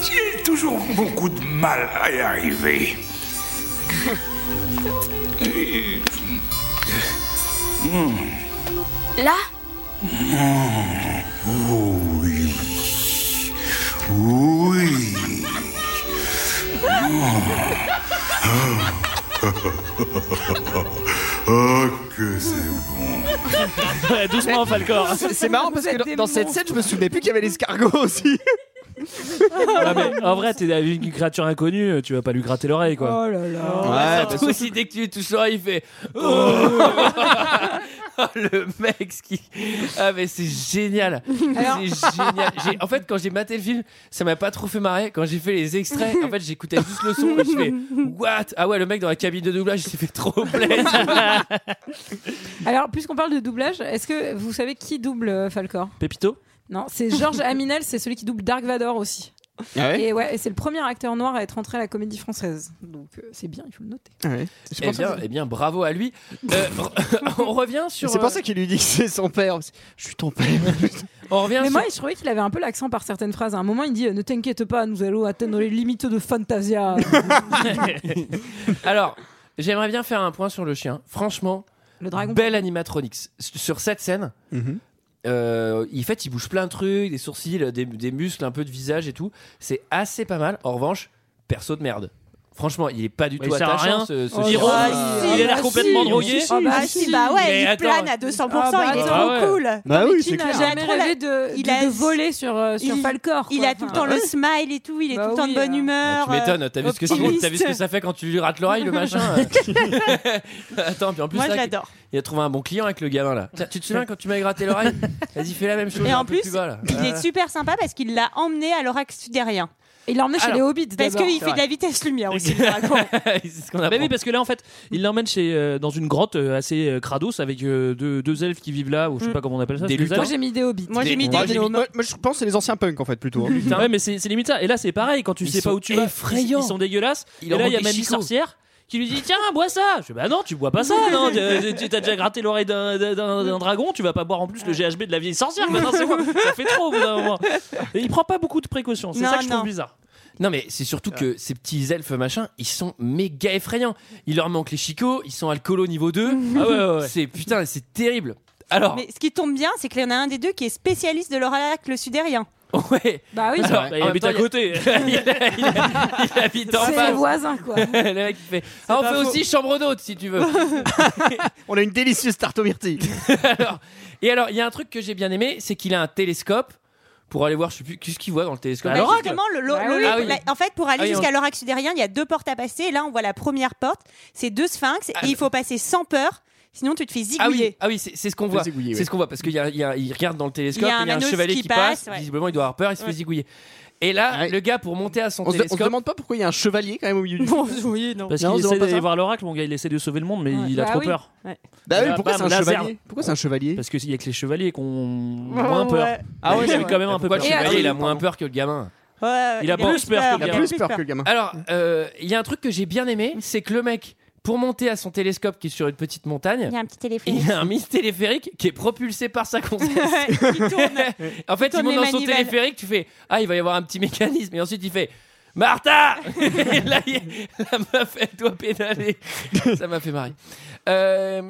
S13: J'ai toujours beaucoup de mal à y arriver.
S11: Là
S13: oui. Oui. Oh, que c'est
S6: Doucement, Falcor.
S8: hein. C'est c'est marrant parce que dans, dans cette scène, je me souvenais plus qu'il y avait l'escargot aussi.
S6: Ouais, mais en vrai, t'es avec une créature inconnue, tu vas pas lui gratter l'oreille quoi.
S7: là là.
S8: Ouais,
S1: Surtout
S8: bah,
S1: si dès que tu lui touches l'oreille, il fait. Oh. le mec ce qui. Ah, mais c'est génial!
S7: Alors-
S1: C'est génial! J'ai- En fait, quand j'ai maté le film, ça m'a pas trop fait marrer. Quand j'ai fait les extraits, en fait, j'écoutais juste le son et je fais What? Ah ouais, le mec dans la cabine de doublage, il s'est fait trop plaisir!
S7: Alors, puisqu'on parle de doublage, est-ce que vous savez qui double euh, Falcor
S6: Pépito
S7: Non, c'est Georges Aminel, c'est celui qui double Dark Vador aussi.
S8: Ah ouais
S7: et ouais, et c'est le premier acteur noir à être entré à la comédie française. Donc euh, c'est bien, il faut le noter.
S8: Ah ouais. C'est
S1: Eh
S8: pour ça-
S1: bien, eh bien, bravo à lui! Euh, on revient sur.
S8: c'est
S1: euh,
S8: pour ça qu'il lui dit que c'est son père. Je suis ton père.
S1: On revient
S7: Mais
S1: sur-
S7: moi, je trouvais qu'il avait un peu l'accent par certaines phrases. À un moment, il dit euh, Ne t'inquiète pas, nous allons atteindre les limites de Fantasia.
S1: Alors, j'aimerais bien faire un point sur le chien. Franchement,
S7: le dragon.
S1: bel animatronics. S- Sur cette scène,
S8: Mhm.
S1: euh, il fait, il bouge plein de trucs, des sourcils, des, des muscles, un peu de visage et tout. C'est assez pas mal. En revanche, perso de merde. Franchement, il est pas du
S6: Bah,
S1: tout
S6: il sert à
S1: attachant.
S6: rien.
S1: Ce, ce
S6: Oh,
S1: chien.
S6: il ronfle,
S9: Ah,
S6: il a l'air
S9: si,
S6: complètement
S9: si,
S6: drogué.
S9: Ah bah
S7: si,
S9: si, bah ouais,
S6: Mais
S9: il
S6: attends.
S9: plane à 200%,
S7: Ah bah
S9: il est
S7: attends.
S9: trop
S6: Ah ouais.
S9: cool.
S8: Bah
S7: Mais
S8: oui,
S7: qui
S8: c'est
S7: n'a
S8: clair.
S7: jamais
S9: Il a-
S7: rêvé de,
S9: il
S7: de-
S9: a-
S7: de voler sur, euh, sur
S9: il-
S7: Falcor
S9: Il
S7: quoi.
S9: a tout le
S7: Enfin,
S9: temps le smile et tout, il est
S7: Bah
S9: tout le temps
S7: oui,
S9: de bonne
S7: euh.
S9: humeur.
S1: Tu m'étonnes, hein, t'as vu, ce que c'est-
S9: optimiste.
S1: t'as vu ce que ça fait quand tu lui rates l'oreille, le machin euh. Attends, puis en plus,
S9: Moi, je
S1: là,
S9: l'adore.
S1: il a trouvé un bon client avec le gamin là. Tiens, tu te souviens quand tu m'avais gratté l'oreille Vas-y, fais la même chose.
S9: Et
S1: un
S9: en
S1: peu
S9: plus,
S1: plus bas, là.
S9: Il est super sympa parce qu'il l'a emmené à l'oracle sudérien.
S7: Il l'a emmené chez
S1: Alors,
S7: les Hobbits.
S9: Parce
S7: d'abord.
S9: qu'il fait de la vitesse lumière aussi, le dragon.
S1: C'est ce qu'on
S6: Bah
S1: apprend.
S6: oui, parce que là, en fait, il l'emmène chez, euh, dans une grotte euh, assez euh, crados avec euh, deux, deux elfes qui vivent là, ou je sais
S9: Mm.
S6: pas comment on appelle ça.
S1: Des
S6: c'est
S1: lutins.
S7: Moi,
S6: elfes
S7: j'ai mis des Hobbits.
S9: Moi, j'ai mis
S8: Moi,
S9: des
S8: j'ai- moi, moi, je pense que c'est les anciens punks en fait plutôt. hein.
S1: Putain.
S6: Ouais, mais c'est c'est limite ça. Et là, c'est pareil, quand tu
S1: Ils
S6: sais pas
S1: sont
S6: où tu vas, ils,
S1: effrayants.
S6: ils sont dégueulasses.
S1: Il
S6: et
S1: en
S6: là, il y a
S1: manque
S6: même
S1: des
S6: une
S1: chicots.
S6: sorcière qui lui dit Tiens, bois ça Je fais Bah non, tu bois pas ça, non Tu tu- t'as déjà gratté l'oreille d'un d'un- d'un- d'un dragon, tu vas pas boire en plus le GHB de la vieille sorcière. Maintenant, c'est bon, ça fait trop au bout d'un moment. Et il prend pas beaucoup de précautions, c'est
S9: Non,
S6: ça que je trouve
S9: non.
S6: bizarre.
S1: Non, mais c'est surtout que ces petits elfes machin, ils sont méga effrayants. Il leur manque les chicots, ils sont alcoolo niveau 2.
S6: Ah ouais, ouais, ouais.
S1: C'est putain, c'est terrible. Alors,
S9: Mais ce qui tombe bien, c'est qu'il y en a un des deux qui est spécialiste de l'oracle sudérien.
S1: ouais,
S7: Bah oui,
S1: Alors,
S6: Bah,
S1: en
S6: il
S1: même
S6: habite
S1: temps,
S6: à
S1: il y a-
S6: côté.
S1: il habite en
S7: c'est les
S1: face.
S7: voisins quoi.
S1: Le mec il fait Ah, on
S8: pas
S1: fait
S8: faux.
S1: aussi chambre d'hôte si tu veux.
S8: On a une délicieuse tarte aux myrtilles.
S1: alors, et alors, il y a un truc que j'ai bien aimé, c'est qu'il a un télescope pour aller voir, je sais plus, qu'est-ce qu'il voit dans le télescope
S9: Bah,
S1: Alors,
S9: justement, le, le-
S7: Bah
S9: le-
S7: oui.
S9: le-
S1: Ah oui.
S9: la- en fait, pour aller
S1: Ah oui,
S9: jusqu'à l'oracle sudérien, il y a deux portes à passer. Et là, on voit la première porte, c'est deux sphinx, et il faut passer sans peur, sinon tu te fais
S1: Ah oui,
S9: zigouiller.
S1: ah oui c'est c'est ce qu'on voit.
S8: Le zigouiller,
S1: C'est
S8: ouais.
S1: ce qu'on voit parce qu'il y a- il y a- il regarde dans le télescope,
S9: Il
S1: et
S9: y a un
S1: il y a un
S9: anneau
S1: chevalier
S9: qui
S1: qui, passe.
S9: passe, ouais.
S1: Visiblement, il doit avoir peur, il se fait
S9: Ouais.
S1: zigouiller. Et là,
S8: Ouais.
S1: le gars, pour monter à son
S8: On se, on se
S1: télescope,
S8: demande pas pourquoi il y a un chevalier quand même au milieu du.
S9: Bon, oui, non.
S6: Parce
S8: Non,
S6: qu'il
S8: on se
S6: essaie
S8: voit pas
S6: d'aller
S8: ça.
S6: voir l'oracle, mon gars, il essaie de sauver le monde, mais
S7: Ouais.
S6: il a
S7: Bah
S6: trop
S7: oui.
S6: peur.
S8: Bah oui,
S6: Bah,
S8: pourquoi c'est
S6: bam,
S8: un
S6: laser.
S8: chevalier Pourquoi c'est un chevalier
S6: Parce qu'il y a que les chevaliers qui ont moins peur.
S9: Ouais.
S8: Ah ouais,
S6: il avait
S8: ouais.
S6: quand même un peu
S1: pourquoi le
S6: peur.
S7: Et
S1: chevalier,
S7: alors-
S1: il a moins peur que le gamin
S9: Ouais,
S6: Il a plus peur que le
S8: Il a
S6: gamin.
S8: plus peur que le gamin.
S1: Alors, euh, il y a un truc que j'ai bien aimé, c'est que le mec, pour monter à son télescope qui est sur une petite montagne,
S9: Il y a un petit téléphone.
S1: Ah, il a un mini téléphérique qui est propulsé par sa console.
S9: qui tourne.
S1: en fait, il
S9: Comme
S1: monte
S9: les
S1: dans son
S9: manivelles.
S1: téléphérique, tu fais Ah, il va y avoir un petit mécanisme. Et ensuite, il fait Martha Et là, il- la meuf, elle doit pédaler. Ça m'a fait marrer. Euh,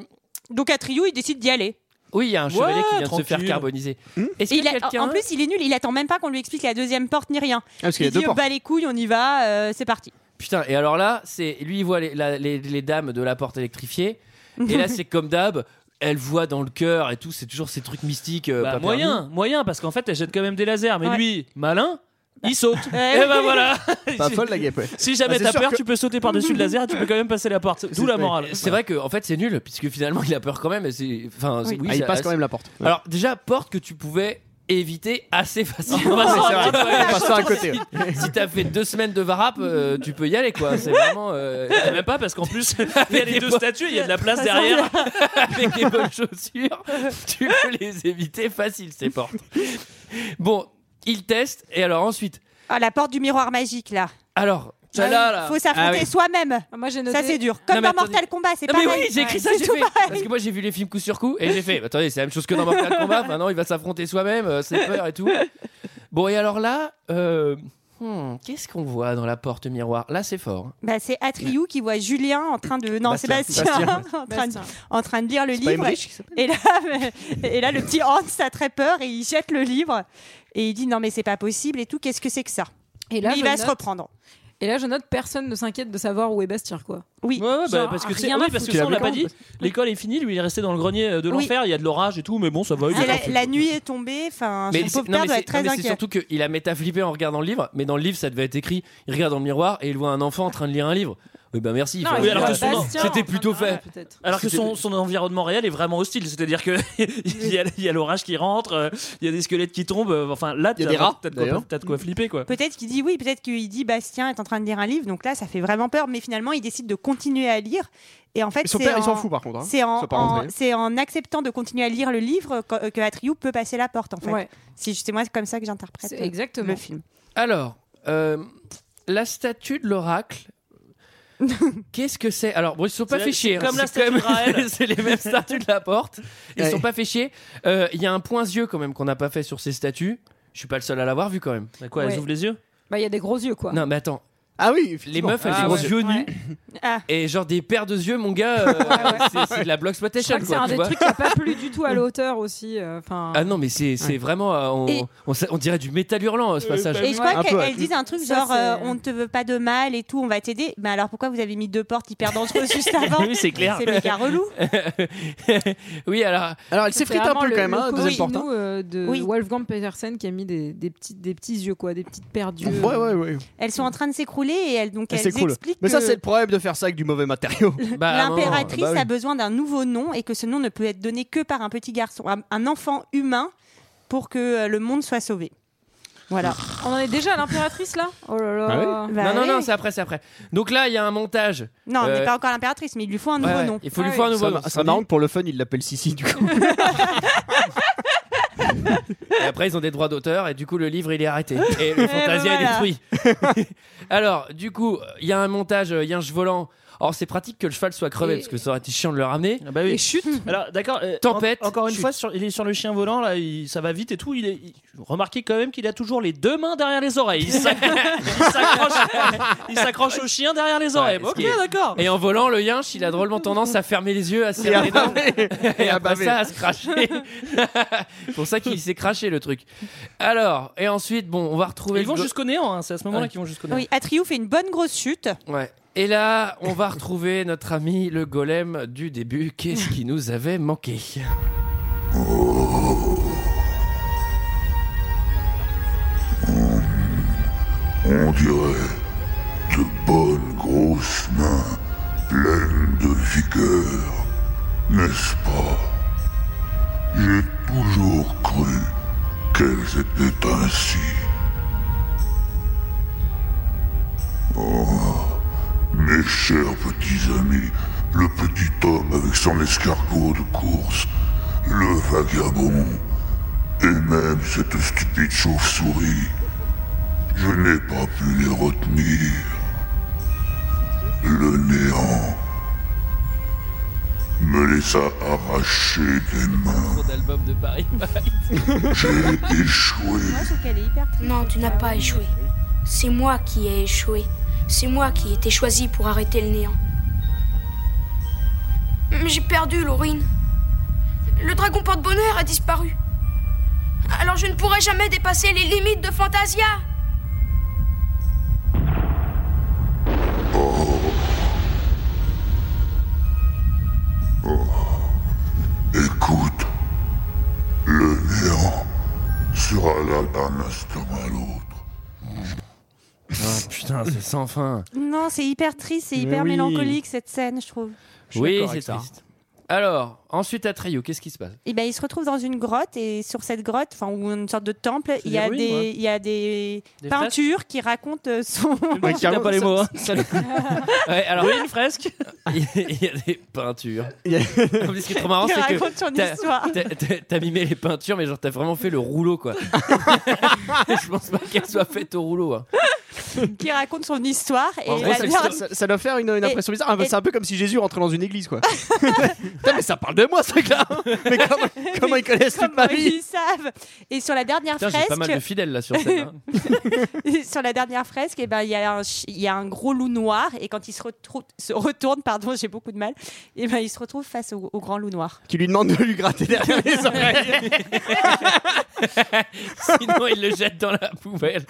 S9: Donc à Trio, il décide d'y aller.
S1: oui, il y a un chevalier qui vient de se faire
S6: tranquille.
S1: carboniser. Est-ce
S9: Et
S1: que
S9: il a-
S1: quelqu'un.
S9: en plus, il est nul, il attend même pas qu'on lui explique la deuxième porte ni rien.
S8: Ah, parce qu'il y
S9: Il
S8: a deux
S9: dit oh,
S8: portes.
S9: bah les couilles, on y va, euh, c'est parti.
S1: Putain, et alors là, c'est lui, il voit les, la- les- les dames de la porte électrifiée. Et là, c'est comme d'hab, elle voit dans le cœur et tout. C'est toujours ces trucs mystiques. euh,
S6: Bah,
S1: pas
S6: moyen,
S1: permis.
S6: moyen, parce qu'en fait, elle jette quand même des lasers. Mais
S9: Ouais.
S6: lui, malin, il saute.
S9: Ouais.
S6: et ben voilà.
S8: Pas
S6: Si-
S8: folle la guêpe, ouais.
S6: Si jamais
S8: Ah, c'est
S6: t'as
S8: sûr
S6: peur,
S8: que-
S6: tu peux sauter par-dessus le laser et tu peux quand même passer la porte. D'où
S8: C'est-
S6: la
S8: ouais.
S6: morale.
S1: C'est vrai qu'en en fait, c'est nul, puisque finalement, il a peur quand même. et c'est- Enfin, c'est- oui,
S8: Ah, il
S1: ça-
S8: passe quand même la porte.
S1: Alors, déjà, porte que tu pouvais éviter assez facilement.
S6: Ouais, c'est vrai.
S8: Il passe à côté.
S1: si t'as fait deux semaines de varap, euh, tu peux y aller, quoi. C'est vraiment. euh,
S6: Même pas parce qu'en plus, il y a les
S1: des
S6: deux
S1: bo-
S6: statues, il y a de la place derrière.
S1: avec des bonnes chaussures, tu peux les éviter facile, ces portes. Bon, il teste, et alors ensuite.
S9: Ah, la porte du miroir magique là.
S1: Alors, celle-là, là.
S9: Faut s'affronter
S1: Ah oui.
S9: soi-même.
S7: Moi j'ai noté.
S9: Ça c'est dur.
S1: Non,
S9: Comme
S1: mais
S9: dans
S1: attendez.
S9: Mortal Kombat, c'est
S1: Non, mais
S9: pareil.
S1: oui, j'ai écrit ça,
S9: C'est
S1: j'ai
S9: tout
S1: fait.
S9: pareil.
S1: Parce que moi j'ai vu les films coup sur coup et j'ai fait, attendez, c'est la même chose que dans Mortal Kombat, maintenant il va s'affronter soi-même, euh, c'est peur et tout. Bon, et alors là, euh, Hmm, Qu'est-ce qu'on voit dans la porte miroir Là, c'est fort. hein.
S9: Bah, c'est Atriou qui voit Julien en train de. Non,
S1: Bastien.
S9: Sébastien,
S1: Bastien.
S9: en, train de, en train de lire le
S1: C'est pas
S9: livre.
S1: Emmerich qui
S9: et, là, et là, le petit Hans a très peur et il jette le livre et il dit Non, mais c'est pas possible et tout, qu'est-ce que c'est que ça
S7: Et là,
S9: Mais il
S7: je
S9: va
S7: note-
S9: se reprendre.
S7: Et là, je note personne ne s'inquiète de savoir où est Bastien, quoi.
S9: Oui.
S6: Ouais, ouais, bah, parce que, c'est- oui, parce que ça, on l'a pas dit. L'école est finie, lui, il est resté dans le grenier euh, de
S9: Oui.
S6: l'enfer. Il y a de l'orage et tout, mais bon, ça
S1: Ah
S6: va. il
S9: C'est
S6: est
S9: la,
S6: tranquille.
S9: la nuit est tombée, enfin, son
S1: c'est-
S9: pauvre
S1: non,
S9: père doit
S1: c'est-
S9: être très
S1: non, mais c'est
S9: inquiet.
S1: surtout qu'il a métaflippé en regardant le livre, mais dans le livre, ça devait être écrit. Il regarde dans le miroir et il voit un enfant en train de lire un livre. Oui, ben merci. il
S6: Non,
S1: faut-
S6: il voit
S1: son-
S6: Bastien
S1: c'était plutôt
S9: Ah,
S1: fait.
S6: Alors que son, son environnement réel est vraiment hostile, c'est-à-dire que il y a, il y a l'orage qui rentre, euh, il y a des squelettes qui tombent. euh, Enfin, là,
S9: Il y a
S6: t'as-
S9: des rats,
S6: T'as de quoi-
S9: d'ailleurs.
S6: t'as de quoi flipper, quoi.
S9: Peut-être qu'il dit oui, peut-être qu'il dit Bastien est en train de lire un livre, donc là ça fait vraiment peur, mais finalement il décide de continuer à lire. Et en fait,
S8: Et son
S9: c'est
S8: père,
S9: en-
S8: il s'en fout, par contre, hein.
S9: C'est en,
S8: Ça pas
S9: en-
S8: rentré.
S9: c'est en acceptant de continuer à lire le livre que, que Atriou peut passer la porte en fait.
S7: Ouais.
S9: Si c'est moi comme ça que j'interprète
S7: C'est
S9: euh,
S7: exactement.
S9: le film.
S1: Alors, euh, la statue de l'oracle. Qu'est-ce que c'est Alors, bon, ils se sont
S6: C'est
S1: pas
S6: la-
S1: fait chier.
S6: c'est
S1: hein.
S6: comme la
S1: C'est quand
S6: statue de
S1: même-
S6: Raël.
S1: C'est les mêmes statues de la porte. Ils se
S6: Ouais.
S1: sont pas fait chier. Euh, Il y a un point yeux quand même qu'on n'a pas fait sur ces statues. Je suis pas le seul à l'avoir vu quand même.
S6: quoi, elles Ouais. ouvrent les yeux
S7: Bah, il y a des gros yeux, quoi.
S1: Non, mais attends.
S8: Ah oui,
S1: les meufs, elles
S7: Ah
S1: ont
S7: ouais.
S1: des yeux nus
S9: Ah.
S1: et genre des paires de yeux, mon gars. euh, c'est- C'est de la block
S7: Ah, Je crois que c'est
S1: quoi,
S7: un
S1: tu
S7: des
S1: vois.
S7: trucs qui a pas plu du tout à l'auteur aussi. euh, Enfin.
S1: Ah non, mais c'est c'est vraiment. euh, on,
S7: Et-
S1: on s- on dirait du métal hurlant euh, ce passage.
S9: Et je crois qu'elles elles
S1: dit
S9: disent un truc
S7: Ça,
S9: genre
S7: c'est-
S9: euh, on ne te veut pas de mal et tout, on va t'aider. Mais alors pourquoi vous avez mis deux portes hyper dangereuses juste avant
S1: Oui, c'est clair.
S9: C'est méga relou.
S1: oui, alors.
S8: Alors,
S7: Ça, c'est vraiment le- le
S8: hein,
S7: Corinne Nous, euh, de
S9: Oui.
S7: Wolfgang Petersen qui a mis des, des, petits, des petits yeux, quoi, des petites paires d'yeux.
S8: Ouais, ouais, ouais.
S9: Elles sont en train de s'écrouler et elles donc
S8: Ah,
S9: elles
S8: C'est cool.
S9: expliquent
S8: Mais ça,
S9: que- Ah,
S8: c'est le problème de faire ça avec du mauvais matériau.
S1: ah
S9: L'impératrice
S8: Bah oui.
S9: a besoin d'un nouveau nom et que ce nom ne peut être donné que par un petit garçon, un, un enfant humain, pour que euh, le monde soit sauvé.
S7: euh,
S9: Voilà.
S7: On en est déjà à l'impératrice là Oh là là.
S9: Bah
S1: Ah non, non, non,
S9: oui.
S1: c'est après, c'est après. Donc là, il y a un montage.
S9: Non, mais
S1: Euh,
S9: pas encore l'impératrice, mais il lui faut un nouveau
S1: ouais,
S9: nom.
S1: il faut lui Ah faire un oui. nouveau
S8: Ça
S1: nom.
S8: ma- Ça serait marrant que pour le fun, il l'appelle Sissi du coup.
S1: Et après, ils ont des droits d'auteur et du coup, le livre il est arrêté. Et le
S8: Eh ben
S1: Fantasia
S8: voilà.
S1: est détruit. Alors, du coup, il y a un montage, euh, il y a un volant. Or, c'est pratique que le cheval soit crevé
S6: Et-
S1: parce que ça aurait été chiant de le ramener.
S8: Ah
S6: bah oui. Et chute. Alors, d'accord. euh,
S1: Ah Tempête,
S6: en- encore une
S1: chute.
S6: fois, sur, il est sur le chien volant, là, il- ça va vite et tout. Il est, il- remarquez quand même qu'il a toujours les deux mains derrière les oreilles. Il s'ac- il s'accroche- il s'accroche au chien derrière les oreilles.
S1: Ouais, ce
S6: ok,
S1: qui est-
S6: d'accord.
S1: Et en volant, le yinche, il a drôlement tendance à fermer les yeux, à se
S6: Et
S1: serrer
S6: à
S1: les dents, et
S8: à
S1: après
S8: baver.
S1: ça, à se cracher. C'est pour ça qu'il s'est craché le truc. Alors, et ensuite, bon, on va retrouver.
S6: Ils
S1: le
S6: vont
S1: go-
S6: jusqu'au néant, hein, c'est à ce moment-là
S1: Ouais.
S6: qu'ils vont jusqu'au néant.
S9: Oui, Atriou fait une bonne grosse chute.
S1: Ouais. Et là, on va retrouver notre ami le golem du début. Qu'est-ce qui nous avait manqué
S14: On dirait de bonnes grosses mains pleines de vigueur, n'est-ce pas J'ai toujours cru qu'elles étaient ainsi. Oh, mes chers petits amis, le petit homme avec son escargot de course, le vagabond, et même cette stupide chauve-souris. Je n'ai pas pu les retenir. Le néant me les a arrachés des mains.
S1: Trop d'albums de Paris.
S14: J'ai échoué.
S10: Non, tu n'as
S6: Ah
S10: pas échoué. C'est moi qui ai échoué. C'est moi qui ai été choisi pour arrêter le néant.
S15: Mais J'ai perdu, Laurine. Le dragon porte-bonheur a disparu. Alors je ne pourrai jamais dépasser les limites de Fantasia.
S14: Écoute, le néant sera là d'un instant à l'autre.
S1: Ah, putain, c'est sans fin.
S9: Non, c'est hyper triste, c'est
S1: Mais
S9: hyper
S1: oui.
S9: mélancolique cette scène, je trouve.
S1: Oui, c'est triste. Alors, ensuite à Trio, qu'est-ce qui se passe
S12: Eh
S9: Et ben, il se retrouve dans une grotte et sur cette grotte, enfin ou une sorte de temple, il y,
S1: des
S9: a
S1: ruines,
S9: des,
S1: quoi.
S9: il y a des,
S1: Des
S9: peintures qui racontent euh, son.
S1: Ouais, Carlo,
S6: pas les
S1: ça-
S6: mots, hein.
S1: ça- Ouais, alors,
S6: Oui, une fresque.
S1: il y a des peintures. Ce qui est trop marrant,
S6: Il
S1: c'est
S6: raconte son
S1: que t'as-
S6: histoire.
S1: t'as- t'as- t'as mimé les peintures, mais genre t'as vraiment fait le rouleau, quoi. Je pense pas qu'elle soit faite au rouleau. hein.
S12: qui raconte son histoire. Et
S8: En gros,
S12: la
S8: ça,
S12: dernière-
S8: ça- ça doit faire une, une
S12: Et-
S8: impression bizarre. Ah, bah, C'est un peu comme si Jésus rentrait dans une église, quoi. Putain, mais ça parle de moi, ce truc-là. Mais comment, comment ils connaissent toute ma
S12: Comment
S8: vie
S12: Bah, ils savent Et sur la dernière
S1: Putain, j'ai
S12: fresque,
S1: pas mal de fidèles là sur scène. hein.
S12: sur la dernière fresque, eh ben, il y, a un chi- il y a un gros loup noir et quand il se, retrou- se retourne, pardon, j'ai beaucoup de mal, et ben, il se retrouve face au, au grand loup noir.
S8: Qui lui demande de lui gratter derrière les oreilles.
S1: Sinon, il le jette dans la poubelle.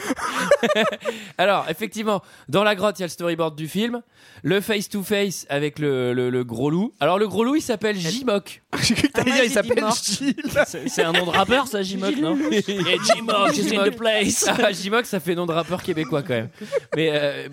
S1: Alors, effectivement, dans la grotte, il y a le storyboard du film. Le face-to-face avec le, le- le gros loup. Alors, le gros loup, il s'appelle Ah, J-Mock.
S8: J'ai cru que
S6: t'allais dire, il s'appelle
S1: Gilles. C'est un nom de rappeur, ça, J-Mock, non
S6: J-Mock, is in the place.
S1: Ah, J-Mock, ça fait nom de rappeur québécois quand même. Mais. euh,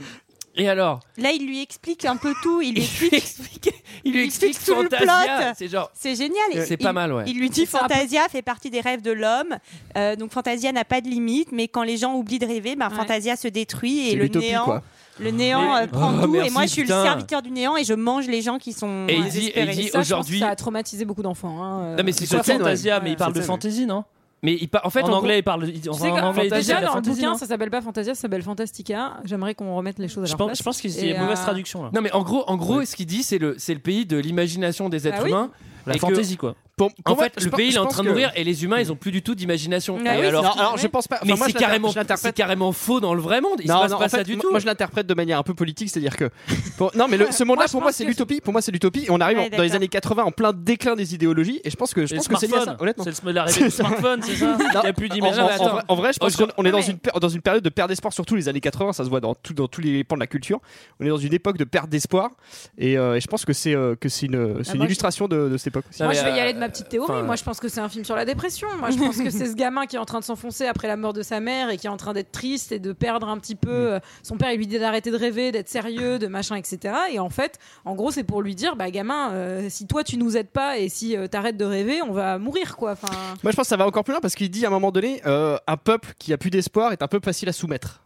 S1: et alors
S12: Là, il lui explique un peu tout. Il lui explique,
S1: Il lui
S12: il
S1: explique
S12: explique tout le
S1: Fantasia.
S12: plot.
S1: C'est genre.
S12: C'est génial. Et
S1: C'est
S12: il-
S1: pas mal, ouais.
S12: Il lui dit Fantasia fait partie des rêves de l'homme. Euh, donc Fantasia n'a pas de limite, mais quand les gens oublient de rêver, bah, Fantasia se détruit
S1: C'est
S12: et le
S1: l'utopie,
S12: néant,
S1: quoi.
S12: le néant
S1: Mais-
S12: euh, prend
S1: Oh,
S12: tout.
S1: merci,
S12: et moi, je suis
S1: putain.
S12: le serviteur du néant et je mange les gens qui sont
S1: Et il
S12: euh,
S1: dit- et il
S12: désespérés.
S1: dit
S12: Et ça, je pense
S1: aujourd'hui-
S12: que ça-
S7: a traumatisé beaucoup d'enfants. hein, euh.
S1: Non, mais c'est
S6: C'est
S1: sur
S6: quoi
S1: scène,
S6: Fantasia
S1: ouais.
S6: Mais il parle de
S1: Cette scène.
S6: fantaisie, non
S1: Mais il par- en fait,
S6: En
S1: gros-
S6: anglais, il parle. il-
S7: Tu sais
S6: enfin,
S7: que-
S6: En anglais, il dit
S7: déjà
S6: la
S7: dans le
S6: fantaisie,
S7: bouquin,
S6: non
S7: ça s'appelle pas Fantasia, ça s'appelle Fantastica. J'aimerais qu'on remette les choses à
S6: Je
S7: leur
S6: pense-
S7: place.
S6: je pense qu'il y a
S7: Et, euh,
S6: une mauvaise traduction, là.
S1: Non, mais en gros, en gros ce qu'il dit, c'est le, c'est le pays de l'imagination des êtres
S7: Bah oui.
S1: humains.
S6: La
S1: Et que-
S6: fantaisie, quoi.
S1: en
S8: Pour- pour moi,
S1: fait,
S8: je
S1: le
S8: pe-
S1: pays il est
S8: je
S1: en
S8: pense
S1: train de
S8: que-
S1: mourir et les humains, ils ont plus du tout d'imagination.
S7: Bah
S8: Ah
S1: Et
S8: oui,
S1: alors,
S8: non, alors, je pense pas- enfin,
S1: Mais
S8: moi,
S1: c'est
S8: je l'inter-
S1: carrément,
S8: je l'interprète-
S1: c'est carrément faux dans le vrai monde. Il
S8: Non,
S1: se passe
S8: non, en
S1: pas
S8: fait,
S1: ça du
S8: moi-
S1: tout.
S8: Moi, je l'interprète de manière un peu politique, c'est-à-dire que. pour- Non, mais le- ce monde-là,
S1: je
S8: pour moi,
S1: pense
S8: c'est
S1: que
S8: l'utopie. Pour moi, c'est l'utopie. Et on arrive
S1: Ouais,
S8: en- dans les
S1: d'accord.
S8: années 80, en plein déclin des idéologies. Et je pense que je
S6: Et le
S8: pense que c'est lié à ça,
S6: smartphone.
S8: honnêtement.
S6: C'est le- la révélation du
S8: C'est ça.
S6: smartphone, c'est ça Il n'y a plus
S8: En-
S6: d'image. Oh,
S8: en, en vrai, en vrai, je
S6: Parce
S8: pense
S6: que-
S8: qu'on on est dans une, per- dans une période de perte d'espoir, surtout les années 80, ça se voit dans, tout, dans tous les pans de la culture. On est dans une époque de perte d'espoir, et, euh, et je pense que c'est euh, que c'est une, c'est
S7: Ah,
S8: une
S7: moi,
S8: illustration de, de cette époque. aussi.
S7: Moi, je vais
S6: euh,
S7: y aller de ma petite théorie.
S8: enfin,
S7: Moi, je pense que c'est un film sur la dépression. Moi, je pense que c'est ce gamin qui est en train de s'enfoncer après la mort de sa mère et qui est en train d'être triste et de perdre un petit peu.
S6: Mm.
S7: euh, Son père, il lui dit d'arrêter de rêver, d'être sérieux, de machin, etc. Et en fait, en gros, c'est pour lui dire, bah, gamin, euh, si toi, tu nous aides pas et si euh, t'arrêtes de rêver, on va mourir, quoi. Enfin,
S8: Moi, je pense que ça va encore plus loin parce qu'il dit à un moment donné, euh, un peuple qui a plus d'espoir est un peuple facile à soumettre.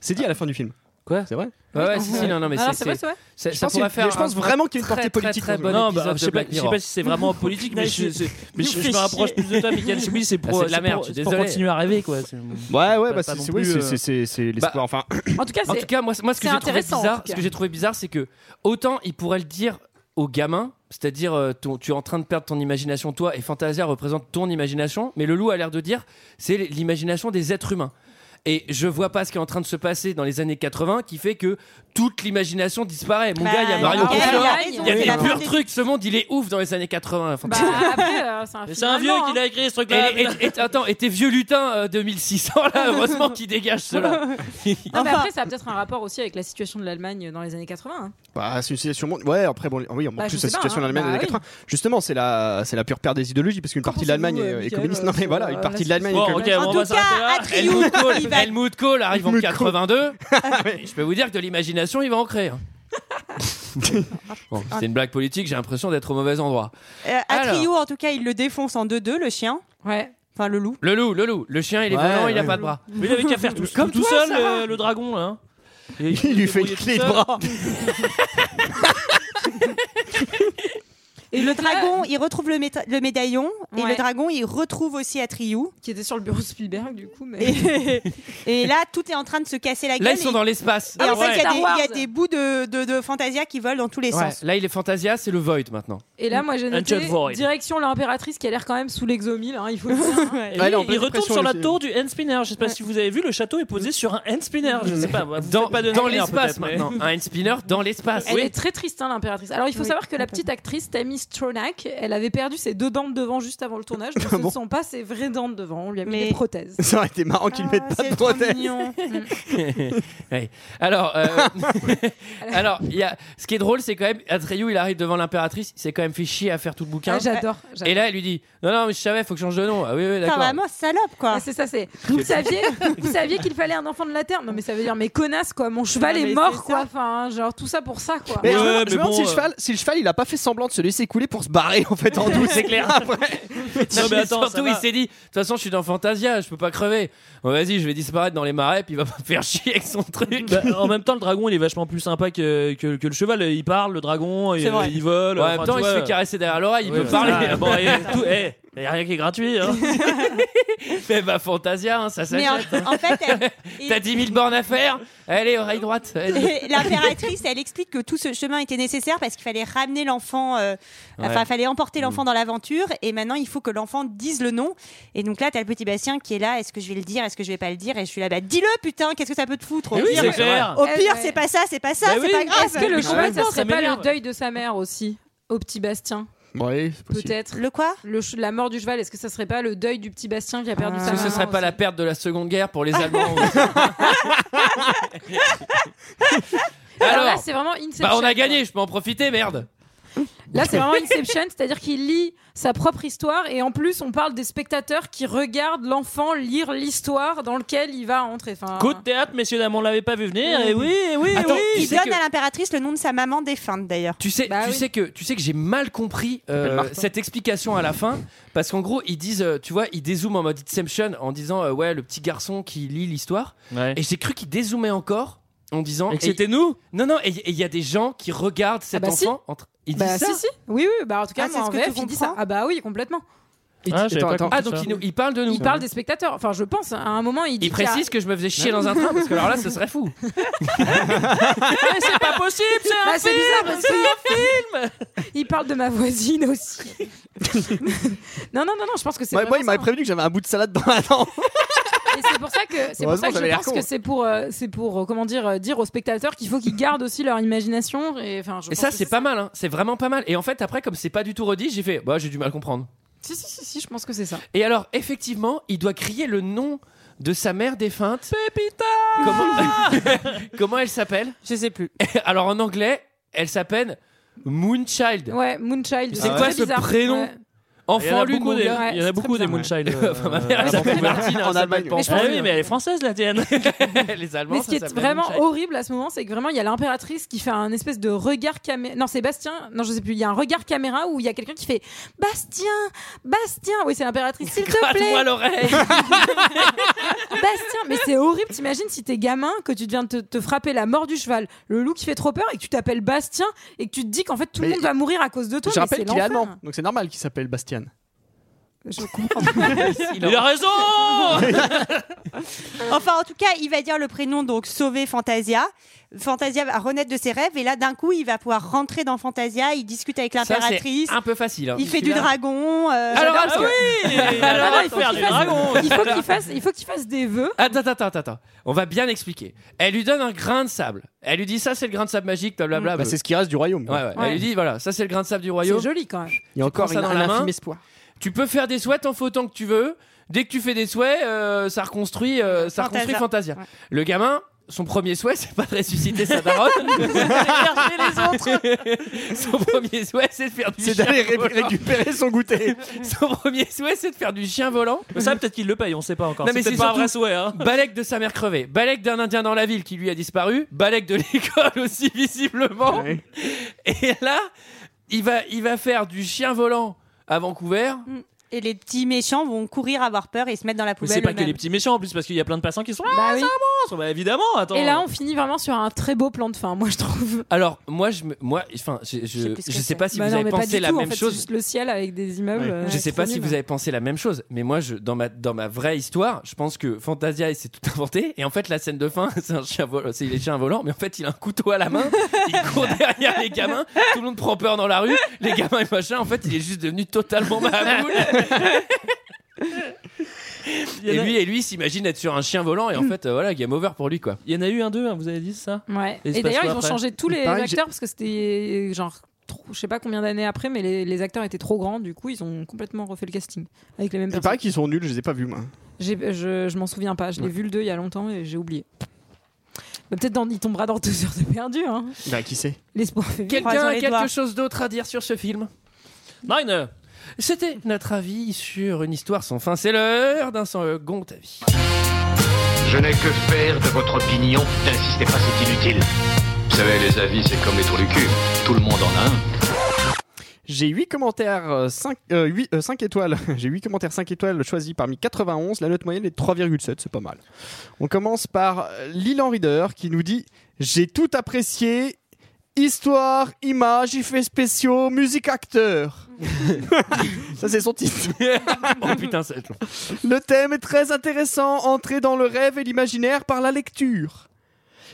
S8: C'est dit à la fin du film.
S6: Quoi
S8: C'est vrai
S1: Ouais, ouais, si, si, non, non, mais
S7: Ah,
S1: c'est.
S7: c'est vrai, c'est vrai.
S1: c'est-
S8: Je
S1: ça
S8: pense
S1: pourrait
S8: qu'il-
S1: faire
S8: je pense
S1: un-
S8: vraiment qu'il y a une
S1: très, très,
S8: portée politique
S1: Très
S8: dans le
S1: bon
S8: film.
S6: Non,
S1: épisode
S6: bah,
S1: de
S6: je sais pas,
S1: Black
S6: je sais
S1: Mirror.
S6: pas si c'est vraiment politique, mais je, je- mais je- je me rapproche plus de toi, Michael. Je me dis, c'est
S8: Bah,
S1: Ah,
S6: pour,
S1: c'est de la
S6: c'est
S1: merde,
S6: pour-
S1: je suis
S6: c'est pour
S1: désolé.
S6: continuer à rêver, quoi. C'est-
S8: Ouais, ouais,
S6: Pas-
S8: bah,
S6: pas
S8: c'est
S6: non
S8: c'est- oui,
S6: plus,
S8: c'est-
S6: euh,
S8: c'est- c'est- c'est l'espoir. Enfin,
S7: En tout cas,
S1: En
S7: c'est-
S1: tout cas, moi, moi ce que
S7: c'est
S1: j'ai trouvé
S7: intéressant, en
S1: bizarre,
S7: tout
S1: ce
S7: cas.
S1: que j'ai trouvé bizarre, c'est que autant il pourrait le dire au gamin, c'est-à-dire euh, ton- tu es en train de perdre ton imagination toi, et Fantasia représente ton imagination, mais le loup a l'air de dire c'est l'imagination des êtres humains. Et je vois pas ce qui est en train de se passer dans les années 80 qui fait que toute l'imagination disparaît. Mon
S7: Bah,
S1: gars, il y a Mario
S7: non, il a
S1: Confiant,
S7: raison,
S1: il y a
S7: c'est la
S1: des purs
S7: fin.
S1: trucs. Ce monde, il est ouf dans les années 80.
S7: bah,
S1: Fantasia.
S7: après, euh, c'est un film.
S6: Bah, C'est un vieux
S7: allemand,
S6: qui
S7: hein.
S6: l'a écrit, ce
S1: Et,
S6: truc-là.
S1: et- et- attends, et tes vieux lutins euh, de 1600 là, heureusement qu'ils dégagent cela.
S7: Non, mais après, ça a peut-être un rapport aussi avec la situation de l'Allemagne dans les années 80. hein.
S8: Bah, c'est une situation mondiale. Ouais, après, bon, oui, en
S7: Bah,
S8: plus,
S7: je
S8: la
S7: sais pas,
S8: situation
S7: hein.
S8: en Allemagne
S7: Bah,
S8: des années
S7: oui.
S8: 80. Justement, c'est la, c'est la pure perte des idéologies, parce qu'une partie de l'Allemagne
S7: Pensez-vous, euh,
S8: est, est
S7: Michael,
S8: communiste.
S7: euh,
S8: Non, mais
S7: sur,
S8: voilà,
S7: euh,
S8: une
S7: la
S8: partie de
S7: situation
S8: l'Allemagne
S6: Bon,
S8: est
S6: ok,
S8: communiste.
S6: bon,
S12: En
S6: on
S12: tout
S6: va
S12: cas,
S6: s'arrêter là.
S12: Atrio,
S1: Helmut Kohl,
S12: il va-
S1: Helmut Kohl arrive en
S8: Helmut Kohl.
S1: 82. Et je peux vous dire que de l'imagination, il va en créer. Bon, c'est Ah. une blague politique, j'ai l'impression d'être au mauvais endroit.
S12: Euh,
S1: Alors.
S12: Atrio, en tout cas, il le défonce en 2-2, le chien.
S7: Ouais.
S12: Enfin, le loup.
S1: Le loup, le loup, le chien, il est
S8: Ouais,
S1: volant, il a
S8: ouais.
S1: pas de bras.
S6: Mais il avait qu'à faire tout,
S1: Comme
S6: tout
S1: toi,
S6: seul,
S1: Sarah.
S6: le, le dragon, là. hein. Et
S8: Il lui fait une
S6: débrouillait tout
S8: clé de
S6: seul.
S8: bras.
S12: Et le dragon, il retrouve le, méta- le médaillon. Et
S7: Ah. Ouais.
S12: le dragon, il retrouve aussi Atrio.
S7: Qui était sur le bureau de Spielberg, du coup. Mais...
S12: Et, et là, tout est en train de se casser la gueule.
S1: Là, ils
S12: et-
S1: sont dans l'espace. Ah
S12: Et en
S1: Ouais.
S12: fait, il y a
S7: Star
S12: des- il y, a
S7: Wars.
S12: des bouts de, de, de Fantasia qui volent dans tous les
S1: Ouais,
S12: sens.
S1: Là, il est Fantasia, c'est le Void maintenant.
S7: Et
S8: Mm.
S7: là, moi, j'ai noté
S6: Until Void.
S7: direction l'impératrice qui a l'air quand même sous l'exomile, hein, il faut le dire. hein.
S6: Et
S8: Ouais,
S6: lui,
S8: elle est en
S6: il
S8: pleine
S6: retourne
S8: dépression,
S6: sur la
S8: lui,
S6: tour du hand spinner. Je sais pas si vous avez vu, le château est posé sur un hand spinner. Je sais pas. moi, vous
S1: Dans,
S6: faites pas de
S1: dans
S6: hand spinner,
S1: l'espace
S6: peut-être, mais-
S1: maintenant. Un hand spinner dans
S8: Ah,
S1: l'espace.
S7: Elle est très triste, hein, l'impératrice. Alors, il faut
S12: Oui,
S7: savoir que la petite actrice, Tammy Stronach, elle avait perdu ses deux dents de devant juste avant le tournage. Donc, ce ne
S8: Ah bon
S7: sont pas ses vraies dents de devant. On lui a mis
S12: Mais-
S7: des prothèses. Mm.
S8: Ça aurait été marrant qu'ils ne mettent
S12: Ah,
S8: pas de
S12: c'est trop
S8: prothèse.
S12: mignon.
S1: Ouais. Alors, euh, alors, il y a... ce qui est drôle, c'est quand même Atreyu, il arrive devant l'impératrice, il s'est quand même fait chier à faire tout le bouquin.
S7: Ah, j'adore. j'adore.
S1: Et là, elle lui dit Non, non, mais je savais, faut que je change de nom. Ah oui, oui,
S12: Enfin,
S1: d'accord.
S12: vraiment, salope, quoi.
S7: Ah, c'est ça, c'est. Vous saviez, vous saviez qu'il fallait un enfant de la terre. Non, mais ça veut dire, mais connasse quoi. Mon cheval
S12: Non, mais
S7: est
S12: c'est
S7: mort
S12: ça.
S7: quoi. Enfin, genre tout ça pour ça quoi. Hein
S8: Mais je me
S6: Ouais,
S8: demande- je
S6: mais
S8: me demande
S6: bon,
S8: si le
S6: euh.
S8: cheval- si le cheval il a pas fait semblant de se laisser couler pour se barrer en fait en Ah, douce. C'est clair. Après,
S1: Non, mais
S6: Non, mais attends, ça
S1: surtout,
S6: va.
S1: il s'est dit De toute façon, je suis dans Fantasia, je peux pas crever. Bon, Vas-y, je vais disparaître dans les marais, puis il va pas me faire chier avec son truc.
S6: Bah, en même temps, le dragon, il est vachement plus sympa que, que, que le cheval. Il parle, le dragon, il,
S12: C'est vrai.
S6: il vole.
S1: Ouais, en
S6: enfin,
S1: même temps,
S6: tu
S1: il se
S6: vois. euh.
S1: fait caresser derrière l'oreille, il
S6: Ouais,
S1: peut
S6: voilà.
S1: parler.
S6: Ah, bon, et tout- eh, y a rien qui est gratuit. Hein.
S1: Mais bah, Fantasia, hein, ça
S9: Mais en,
S1: s'achète.
S9: en fait, elle-
S1: T'as 10 000 bornes à faire Allez, oreille droite.
S9: Et L'impératrice, elle explique que tout ce chemin était nécessaire parce qu'il fallait ramener l'enfant, euh,
S1: Ouais.
S9: enfin, fallait emporter l'enfant
S1: Mm.
S9: dans l'aventure. Et maintenant, il faut que l'enfant dise le nom. Et donc là, t'as le petit Bastien qui est là. Est-ce que je vais le dire Est-ce que je vais pas le dire Et je suis là, bah, dis-le, putain, qu'est-ce que ça peut te foutre Au
S6: Eh oui,
S9: pire, euh,
S6: c'est clair.
S9: au pire,
S7: Ouais.
S9: c'est pas ça, c'est pas ça,
S7: Bah
S9: c'est
S7: oui.
S9: pas grave.
S7: Est-ce que le chemin, ça serait pas le
S9: m'énerve.
S7: deuil de sa mère aussi Au petit Bastien
S8: Ouais, c'est possible.
S7: Peut-être.
S9: Le quoi
S7: La mort du cheval, est-ce que ça serait pas le deuil du petit Bastien qui a perdu
S9: Ah.
S1: Est-ce
S7: sa
S1: que
S7: mère
S1: ce serait pas la perte de la Seconde Guerre pour les Allemands
S7: Alors là,
S1: Alors,
S7: c'est vraiment Inception.
S1: bah on a gagné, je peux en profiter, merde.
S7: Là, c'est vraiment Inception, c'est-à-dire qu'il lit sa propre histoire et en plus, on parle des spectateurs qui regardent l'enfant lire l'histoire dans lequel il va entrer. Enfin,
S6: Coup de théâtre, messieurs, dames, on l'avait pas vu venir. Et oui, et oui, et oui.
S9: il donne à l'impératrice le nom de sa maman défunte d'ailleurs.
S1: Tu
S7: Ah
S1: sais, tu sais que tu sais que j'ai mal compris euh,
S6: s'appelle Martin.
S1: cette explication à la fin parce qu'en gros ils disent euh, tu vois ils dézooment en mode Inception en disant euh, ouais le petit garçon qui lit l'histoire et j'ai cru qu'ils dézoomaient encore en disant
S6: Et que c'était
S1: nous non non et et il y a des gens qui regardent cet
S7: bah si.
S1: enfant entre ils
S7: Bah,
S1: disent ça
S7: si, si. Oui, oui, bah en tout cas,
S9: Ah, c'est
S7: moi,
S9: ce
S7: en
S9: que
S7: VF,
S9: tu
S7: il dit ça. Ah, bah oui, complètement.
S1: Ah,
S8: j'avais pas compris
S1: donc
S8: ça.
S1: ils, nous- ils parlent de nous
S7: Il parle des spectateurs. Enfin, je pense, à un moment, il dit.
S1: ils précisent que je me faisais chier
S7: Bah
S1: dans un train parce que alors là ce serait fou
S7: Mais c'est
S6: pas possible, c'est un
S7: Bah, C'est
S6: film,
S7: bizarre parce
S6: c'est
S7: un film Il parle de ma voisine aussi. non, non, non, non, je pense que c'est.
S8: Moi, moi, il
S7: vraiment
S8: m'avait prévenu que j'avais un bout de salade dans la dent.
S7: Et c'est pour ça que c'est pour
S8: Heureusement,
S7: ça que
S8: j'avais
S7: je
S8: l'air
S7: pense
S8: con.
S7: que c'est pour euh, c'est pour euh, comment dire euh, dire aux spectateurs qu'il faut qu'ils gardent aussi leur imagination et enfin je
S1: et
S7: pense
S1: ça
S7: que
S1: c'est pas mal hein. c'est vraiment pas mal et en fait après comme c'est pas du tout redit j'ai fait bah j'ai du mal à comprendre
S7: si si si si je pense que c'est ça.
S1: Et alors, effectivement, il doit crier le nom de sa mère défunte. Pépita Comment, Comment elle s'appelle
S9: Je sais plus.
S1: Alors, en anglais, elle s'appelle Moonchild.
S7: Ouais, Moonchild.
S1: C'est quoi ce prénom
S6: Il y en
S1: Enfant
S6: a
S1: lune,
S6: beaucoup
S1: mon
S6: des-
S1: gars.
S6: il y en a beaucoup des Moonchild. euh,
S1: Enfin, ma mère, elle
S6: à
S1: s'appelle
S6: Vancouver.
S1: Martine, elle
S6: En
S1: s'appelle
S6: Allemagne.
S1: pas
S6: Mais
S1: en
S6: je pense-
S1: France.
S6: Ah oui, mais elle est française, la tienne.
S1: Les Allemands,
S7: Mais ce qui est
S1: ça s'appelle
S7: vraiment
S1: Moonchild.
S7: horrible à ce moment, c'est que vraiment il y a l'impératrice qui fait un espèce de regard caméra. Non, c'est Bastien. Non, je sais plus. Il y a un regard caméra où il y a quelqu'un qui fait Bastien, Bastien. Oui, c'est l'impératrice. S'il te plaît.
S1: Gratte-moi l'oreille.
S7: Bastien, mais c'est horrible. T'imagines si t'es gamin que tu deviens te, te frapper la mort du cheval, le loup qui fait trop peur et que tu t'appelles Bastien et que tu te dis qu'en fait tout le
S8: Mais-
S7: monde va mourir à cause de toi.
S8: Je
S7: mais
S8: rappelle
S7: c'est
S8: qu'il est
S7: l'enfer.
S8: allemand, donc c'est normal qu'il s'appelle
S6: Ah,
S8: Bastian.
S7: Je comprends.
S6: Il a raison
S9: Enfin, en tout cas, il va dire le prénom, donc sauver Fantasia. Fantasia va renaître de ses rêves, et là, d'un coup, il va pouvoir rentrer dans Fantasia. Il discute avec
S1: Ça,
S9: l'impératrice.
S1: c'est un peu facile. hein.
S9: Il fait du
S1: Celui-là.
S9: dragon. euh,
S1: Alors,
S9: j'adore,
S1: ah
S9: parce
S1: oui
S6: Alors,
S1: Alors,
S6: il faut faire
S1: attends,
S6: du
S1: je-
S6: dragon.
S7: Il faut qu'il fasse, il faut qu'il fasse des vœux.
S1: Attends, attends, attends, attends. On va bien expliquer. Elle lui donne un grain de sable. Elle lui dit ça, c'est le grain de sable magique, blablabla.
S8: Bah, c'est ce qui reste du royaume.
S1: Ouais, ouais. Elle lui dit voilà, ça c'est le grain de sable du royaume.
S7: C'est joli quand même.
S8: Il y a encore
S1: prends ça
S8: une-
S1: dans
S8: un
S1: la
S8: infime
S1: main.
S8: espoir.
S1: Tu peux faire des souhaits, t'en fais autant que tu veux. Dès que tu fais des souhaits, euh, ça reconstruit, euh,
S9: Fantasia.
S1: ça reconstruit Fantasia.
S9: Ouais.
S1: Le gamin, son premier souhait, c'est pas de ressusciter sa daronne. son premier souhait, c'est de faire du
S8: C'est
S1: chien
S8: d'aller ré-
S1: volant.
S8: récupérer son goûter.
S1: Son premier souhait, c'est de faire du chien volant.
S6: Mais ça, peut-être qu'il le paye, on sait pas encore.
S1: Non,
S6: C'est
S1: mais
S6: peut-être
S1: c'est
S6: pas un vrai
S1: surtout-
S6: souhait. hein.
S1: Balèque de sa mère crevée, balèque d'un indien dans la ville qui lui a disparu, balèque de l'école aussi visiblement.
S8: Ouais.
S1: Et là, il va, il va faire du chien volant à Vancouver.
S9: que- Mm. Et les petits méchants vont courir, avoir peur et se mettre dans la
S6: Mais
S9: poubelle.
S6: c'est pas que
S9: eux-mêmes.
S6: les petits méchants en plus, parce qu'il y a plein de passants qui sont là.
S7: Bah oui.
S6: monstre. Bah évidemment, attends.
S7: Et là, on finit vraiment sur un très beau plan de fin, moi je trouve.
S1: Alors moi je me- moi enfin je, je,
S9: sais plus ce que
S1: je sais
S9: c'est.
S1: pas si
S7: Bah
S1: vous
S7: non,
S1: avez
S7: mais pas
S1: pensé
S7: du
S1: la
S7: tout, en
S1: même
S7: fait, c'est
S1: chose.
S7: juste le ciel avec des immeubles.
S8: Ouais.
S7: euh,
S1: Je sais
S7: trop
S1: pas si
S7: nul.
S1: vous avez pensé la même chose, mais moi je dans ma dans ma vraie histoire, je pense que Fantasia il s'est tout inventé et en fait la scène de fin c'est un chien volant, c'est les chiens volants, mais en fait il a un couteau à la main, il court derrière les gamins, tout le monde prend peur dans la rue, les gamins et machin, en fait il est juste devenu totalement maboule.
S6: Il y
S1: Et
S6: en a- Hmm.
S1: lui et lui s'imagine être sur un chien volant et en fait euh, voilà game over pour lui quoi.
S6: Il y en a eu un deux, hein, vous avez dit ça
S7: Ouais.
S6: Et il se
S7: Et
S6: passe
S7: d'ailleurs,
S6: quoi
S7: ils ont
S6: après
S7: changé tous
S8: Il
S7: les
S8: paraît que j'ai-
S7: acteurs parce que c'était genre trop- je sais pas combien d'années après, mais les, les acteurs étaient trop grands, du coup ils ont complètement refait le casting avec les mêmes
S8: Il
S7: personnes.
S8: paraît qu'ils sont nuls, je les ai pas vus moi.
S7: J'ai- Je, je m'en souviens pas, je l'ai
S8: Ouais.
S7: vu le 2 il y a longtemps et j'ai oublié. Bah, Peut-être dans, il tombera dans deux heures de perdu. Hein.
S8: Bah, qui sait
S7: L'espoir fait vivre.
S1: Quelqu'un
S9: Croisons
S1: a
S9: les
S1: quelque
S9: doigts.
S1: chose d'autre à dire sur ce film
S6: Nine
S1: C'était notre avis sur une histoire sans fin. C'est l'heure d'un euh, second avis.
S16: Je n'ai que faire de votre opinion. N'insistez pas, c'est inutile. Vous savez, les avis, c'est comme les trous du cul. Tout le monde en a un.
S8: J'ai 8 commentaires euh, 5, étoiles. J'ai 8 commentaires 5 étoiles choisis parmi 91. La note moyenne est de 3,7, c'est pas mal. On commence par euh, Lilan Reader qui nous dit J'ai tout apprécié Histoire, images, effets spéciaux, musique, acteur. ça, c'est son titre.
S1: oh putain, ça va être long.
S8: Le thème est très intéressant, entrer dans le rêve et l'imaginaire par la lecture.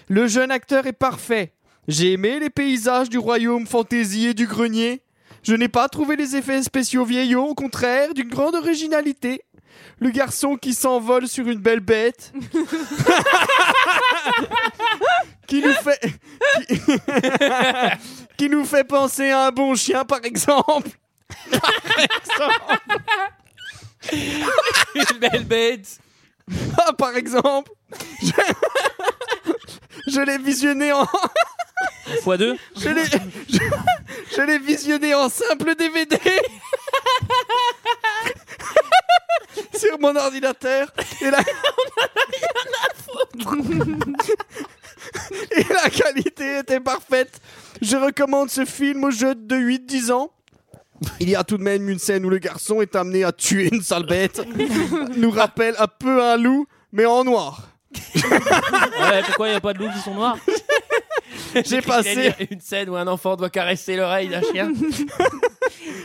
S8: Le jeune acteur est parfait. J'ai aimé les paysages du royaume fantaisie et du grenier. Je n'ai pas trouvé les effets spéciaux vieillots, au contraire, d'une grande originalité. Le garçon qui s'envole sur une belle bête. qui nous fait. qui- qui nous fait penser à un bon chien, par exemple.
S1: Une belle bête.
S8: Ah, par exemple, je, je l'ai visionné en.
S6: Fois deux
S8: Je l'ai, je, je l'ai visionné en simple DVD sur mon ordinateur. Et la, et la qualité était parfaite. Je recommande ce film aux jeunes de 8-10 ans. Il y a tout de même une scène où le garçon est amené à tuer une sale bête. Nous rappelle un peu un loup, mais en noir.
S6: Ouais, pourquoi il n'y a pas de loups qui sont noirs
S8: J'ai passé,
S1: une scène où un enfant doit caresser l'oreille d'un chien.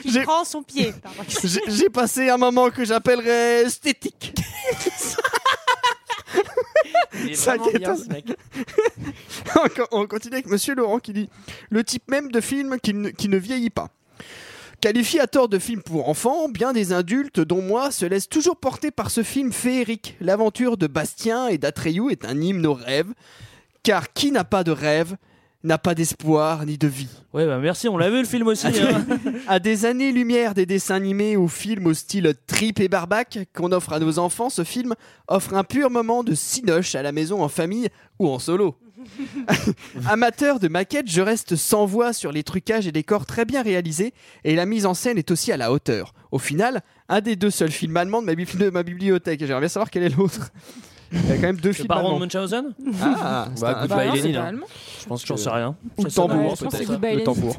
S8: J'ai-
S9: Il prend son pied. pardon.
S8: j'ai j'ai passé un moment que j'appellerais esthétique.
S1: Il est
S8: Ça
S1: vraiment
S8: qui est
S1: bien,
S8: un-
S1: ce mec.
S8: On co- On continue avec Monsieur Laurent qui dit le type même de film qui ne, qui ne vieillit pas. Qualifié à tort de film pour enfants, bien des adultes, dont moi, se laissent toujours porter par ce film féerique. L'aventure de Bastien et d'Atreyu est un hymne aux rêves, car qui n'a pas de rêve n'a pas d'espoir ni de vie.
S6: Ouais, bah merci, on l'a vu le film aussi. hein.
S8: À des années-lumière des dessins animés ou films au style trip et barbac qu'on offre à nos enfants, ce film offre un pur moment de cinoche à la maison en famille ou en solo. Amateur de maquettes, je reste sans voix sur les trucages et décors très bien réalisés et la mise en scène est aussi à la hauteur. Au final, un des deux seuls films allemands de ma, bibli- de ma bibliothèque. J'aimerais bien savoir quel est l'autre. Il y a quand même deux
S6: Le
S8: films
S6: parent de
S8: allemands.
S6: Munchausen
S8: Ah, c'est un-
S1: Goodbye
S6: Bah non,
S1: Lenin,
S6: c'est pas
S1: hein.
S6: allemand.
S1: Je pense que
S6: J'en sais rien.
S8: Ou le
S6: Ça sonne
S8: tambour,
S6: allemand,
S8: peut-être.
S6: peut-être.
S7: Goodbye
S8: Le
S7: Lenin.
S8: tambour.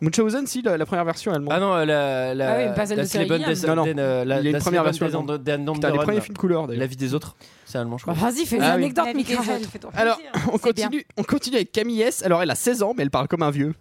S8: Munchausen, si, la, la première version allemande.
S1: Ah non, euh, la la
S7: Ah oui, mais pas celle
S1: la
S7: de Terry
S1: Sleben
S7: Gilliam.
S1: des-
S8: Non, non.
S1: den, euh, la-
S8: Il y a une
S1: la
S8: première
S1: Sleben
S8: version
S1: des-
S8: allemande.
S1: den- den-
S8: Putain, les
S1: den-
S8: premiers
S1: den-
S8: films couleurs, d'ailleurs.
S1: La vie des autres, c'est allemand, je crois.
S7: Bah, Vas-y, fais une
S8: Ah oui.
S7: anecdote,
S12: La vie des
S7: Michael.
S12: autres.
S7: Fais-toi
S8: Alors,
S7: plaisir.
S8: on
S7: C'est
S8: continue, on continue avec Camille S. Alors, elle a 16 ans, mais elle parle comme un vieux.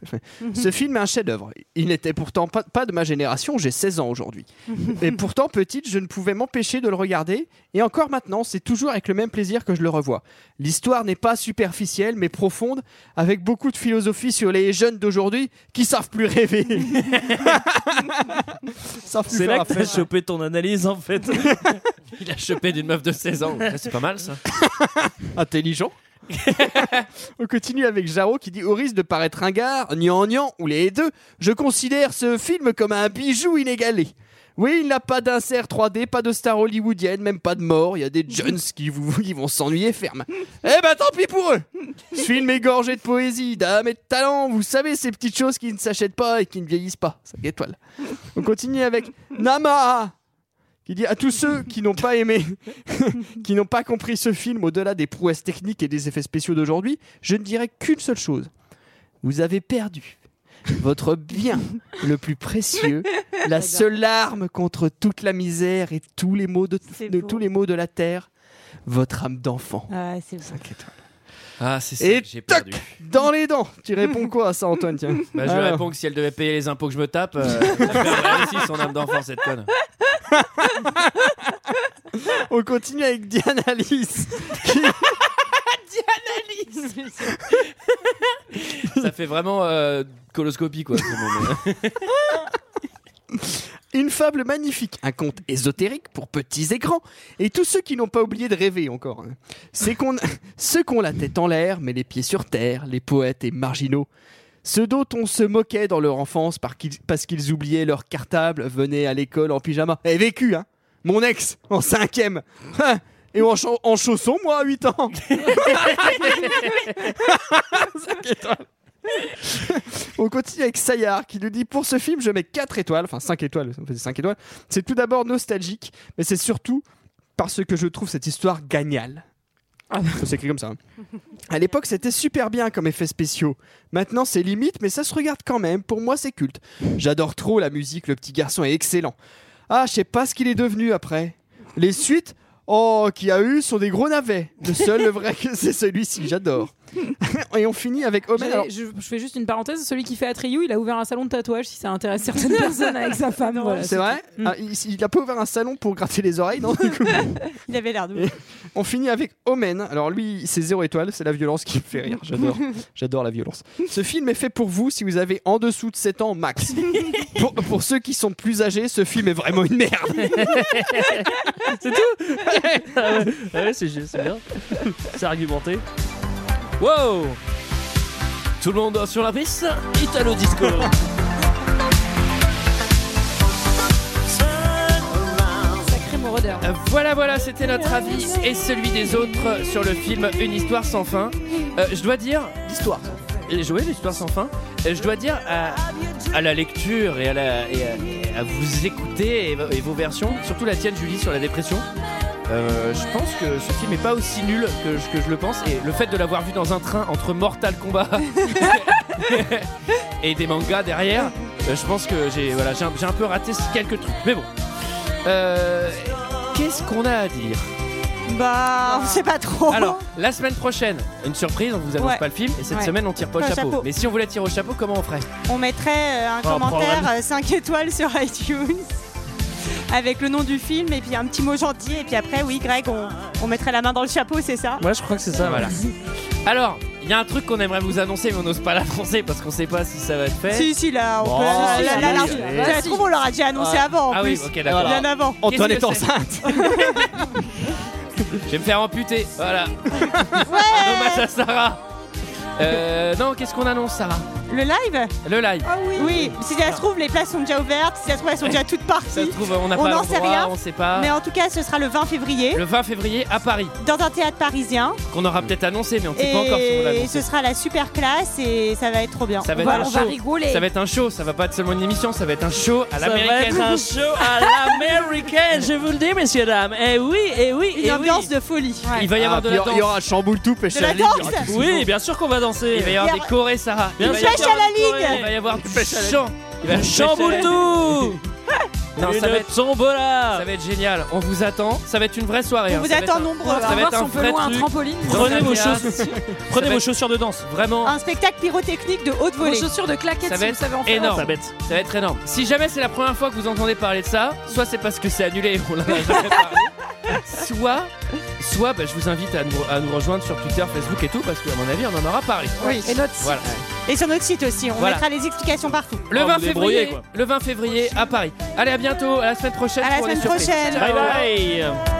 S8: Ce film est un chef-d'œuvre. Il n'était pourtant pas, pas de ma génération, j'ai 16 ans aujourd'hui. Et pourtant, petite, je ne pouvais m'empêcher de le regarder. Et encore maintenant, c'est toujours avec le même plaisir que je le revois. L'histoire n'est pas superficielle, mais profonde, avec beaucoup de philosophie sur les jeunes d'aujourd'hui qui savent plus rêver. Savent Oh, plus
S6: C'est
S8: faire
S6: là que t'as
S8: affaire.
S6: chopé ton analyse en fait.
S1: Il a chopé d'une meuf de 16 ans. Ouais, C'est pas mal ça.
S8: Intelligent. On continue avec Jaro qui dit Au risque de paraître ringard, gnangnang ou les deux, je considère ce film comme un bijou inégalé. Oui, il n'a pas d'insert 3D, pas de star hollywoodienne, même pas de mort. Il y a des jeunes qui, vous, qui vont s'ennuyer ferme. Eh ben tant pis pour eux Ce film est gorgé de poésie, d'âme et de talent. Vous savez, ces petites choses qui ne s'achètent pas et qui ne vieillissent pas. 5 étoiles. On continue avec Nama qui dit à tous ceux qui n'ont pas aimé, qui n'ont pas compris ce film au-delà des prouesses techniques et des effets spéciaux d'aujourd'hui, je ne dirais qu'une seule chose. Vous avez perdu votre bien le plus précieux, la seule arme contre toute la misère et tous les maux de,
S9: C'est
S8: de
S9: beau.
S8: tous les maux de la terre, votre âme d'enfant.
S9: Ah, c'est bon.
S8: Cinq étoiles.
S1: Ah, c'est ça
S8: Et
S1: que j'ai
S8: toc
S1: perdu.
S8: dans les dents. Tu réponds quoi à ça, Antoine tiens
S1: Bah, je
S8: Alors.
S1: réponds que si elle devait payer les impôts que je me tape, euh, elle perdrait aussi son âme d'enfant, cette conne.
S8: On continue avec Diane Alice. qui-
S1: Ça fait vraiment euh, coloscopie, quoi. ce moment.
S8: Une fable magnifique, un conte ésotérique pour petits et grands, et tous ceux qui n'ont pas oublié de rêver encore. hein. C'est qu'on, ceux qui ont la tête en l'air, mais les pieds sur terre, les poètes et marginaux. Ceux dont on se moquait dans leur enfance par qu'ils- parce qu'ils oubliaient leur cartable, venaient à l'école en pyjama. Et vécu, hein Mon ex, en cinquième Hein Et en, cha- en chaussons, moi, à 8 ans On continue avec Sayar qui nous dit pour ce film je mets 4 étoiles, enfin 5 étoiles, on faisait 5 étoiles. C'est tout d'abord nostalgique, mais c'est surtout parce que je trouve cette histoire gagnale. Ça s'écrit comme ça. hein. À l'époque, c'était super bien comme effets spéciaux. Maintenant, c'est limite, mais ça se regarde quand même. Pour moi, c'est culte. J'adore trop la musique, le petit garçon est excellent. Ah, je sais pas ce qu'il est devenu après. Les suites, oh, qu'il y a eu sont des gros navets. Le seul, le vrai, que c'est celui-ci, j'adore. Et on finit avec
S7: J'ai-
S8: Omen. Oh, Alors,
S7: je, je fais juste une parenthèse. Celui qui fait Atreyu, il a ouvert un salon de tatouage si ça intéresse certaines personnes avec sa
S12: Ah,
S7: femme. voilà,
S8: c'est vrai
S7: tout. Mm.
S8: Ah, il, il a pas ouvert un salon pour gratter les oreilles, non du coup
S12: Il avait l'air de.
S8: Et On finit avec Omen. Alors lui, c'est zéro étoile, c'est la violence qui me fait rire. J'adore. J'adore la violence. Ce film est fait pour vous si vous avez en dessous de 7 ans max. Pour, pour ceux qui sont plus âgés, ce film est vraiment une merde.
S6: c'est tout Ah ouais, ah ouais, c'est c'est bien. C'est argumenté. Wow Tout le monde sur la piste Italo Disco
S7: Sacré maraudeur.
S1: Euh, Voilà, voilà, c'était notre avis et celui des autres sur le film Une histoire sans fin. Euh, je dois dire. L'histoire. Jouer l'histoire sans fin. Euh, je dois dire à, à la lecture et à, la, et à- et à vous écouter et, vo- et vos versions, surtout la tienne, Julie, sur la dépression. euh, je pense que ce film est pas aussi nul que, je- que je le pense et le fait de l'avoir vu dans un train entre Mortal Kombat et des mangas derrière, euh, je pense que j'ai voilà, j'ai un, j'ai un peu raté quelques trucs. Mais bon, Euh, qu'est-ce qu'on a à dire
S12: Bah, on sait pas trop.
S1: Alors, la semaine prochaine, une surprise, on vous annonce
S12: Ouais.
S1: pas le film et cette
S12: Ouais.
S1: semaine on tire pas au
S12: Pas au
S1: chapeau.
S12: chapeau.
S1: Mais si on voulait tirer au chapeau, comment on ferait
S12: On mettrait euh, un
S1: Oh,
S12: commentaire
S1: programme.
S12: 5 étoiles sur iTunes avec le nom du film et puis un petit mot gentil. Et puis après, oui, Greg, on, on mettrait la main dans le chapeau, c'est ça
S6: Moi je crois que c'est ça,
S1: voilà. Alors, il y a un truc qu'on aimerait vous annoncer, mais on n'ose pas l'annoncer parce qu'on sait pas si ça va être fait.
S12: Si, si, là, on
S1: Bon,
S12: peut. Ah,
S1: si,
S12: là,
S1: si,
S12: là, là,
S1: si,
S12: là,
S1: si.
S12: là, ça se trouve, on l'aura déjà annoncé
S1: Ah.
S12: avant. En
S1: Ah oui,
S12: plus.
S1: ok, d'accord.
S12: Bien avant.
S1: Antoine Qu'est-ce que est c'est enceinte. Je vais me faire amputer, voilà. Hommage à Sarah. Euh, non, qu'est-ce qu'on annonce, Sarah
S12: Le live Oh
S1: Le live.
S12: Ah oui. si ça se trouve, les places sont déjà ouvertes, si ça se trouve, elles sont déjà toutes parties.
S1: Ça se trouve, on n'a pas
S12: n'en
S1: l'endroit,
S12: sait rien.
S1: on sait pas.
S12: Mais en tout cas, ce sera le 20 février
S1: Le 20 février à Paris,
S12: dans un théâtre parisien.
S1: qu'on aura peut-être annoncé, mais on ne sait
S12: Et
S1: pas encore si on l'a annoncé.
S12: ce sera la super classe et ça va être trop bien.
S1: Ça va,
S12: on va,
S1: être un
S12: on
S1: show.
S12: va rigoler.
S1: Ça va être un show. Ça va pas être seulement une émission. Ça va être un show à
S6: Ça va
S1: l'américaine.
S6: être un show à l'américaine, je vous le dis, messieurs, dames. Eh oui, eh oui,
S12: Une
S6: eh
S12: ambiance
S6: oui.
S12: de folie.
S1: Il va y avoir
S8: Ah,
S1: de
S8: puis
S1: la danse.
S8: il y aura- Il y aura chamboule tout, pêche
S1: De
S8: à
S1: la
S8: la ligne, il y aura
S1: danse.
S8: tout ce qu'il
S6: Oui,
S8: faut.
S6: bien sûr qu'on va danser.
S1: Il va y avoir
S6: Il
S1: des chorés, Sarah.
S6: Bien
S1: Il va y
S6: sûr.
S1: avoir-
S6: Pêche à la ligue.
S1: Il va y avoir du
S6: Pêche à la
S1: chant. Il va y avoir du pêche à la
S6: Chamboule
S1: ligne.
S6: tout
S1: Non, ça
S6: Une
S1: va être Ça va être génial. On vous attend. Ça va être une vraie soirée.
S12: On
S1: hein.
S12: vous
S1: Ça va être
S12: attend
S1: un-
S12: nombreux.
S1: Ça va être un vrai truc. Dans
S6: Prenez
S1: un
S6: vos
S1: théâtre.
S6: chaussures.
S1: Ça
S6: Prenez
S1: va
S6: vos
S1: être-
S6: chaussures de danse.
S1: Vraiment.
S12: Un spectacle pyrotechnique de haute volée.
S7: Vos chaussures de claquettes,
S1: Ça
S7: si
S1: va
S7: vous savez en
S1: être
S7: faire.
S1: énorme.
S6: Ça va être-
S1: Ça va être énorme. Si jamais c'est la première fois que vous entendez parler de ça, soit c'est parce que c'est annulé, on l'en a jamais parlé. Soit, soit bah, je vous invite à nous, à nous rejoindre sur Twitter, Facebook et tout, parce qu'à mon avis, on en aura parlé.
S12: Oui. Et notre site.
S1: Voilà.
S12: Et sur notre site aussi, on
S1: Voilà.
S12: mettra les explications partout.
S1: Le 20 février,
S6: quoi.
S1: le 20 février à Paris. Allez, à bientôt, à la semaine prochaine.
S12: À la
S1: pour les
S12: semaine
S1: surprises.
S12: prochaine.
S1: Ciao.
S6: Bye bye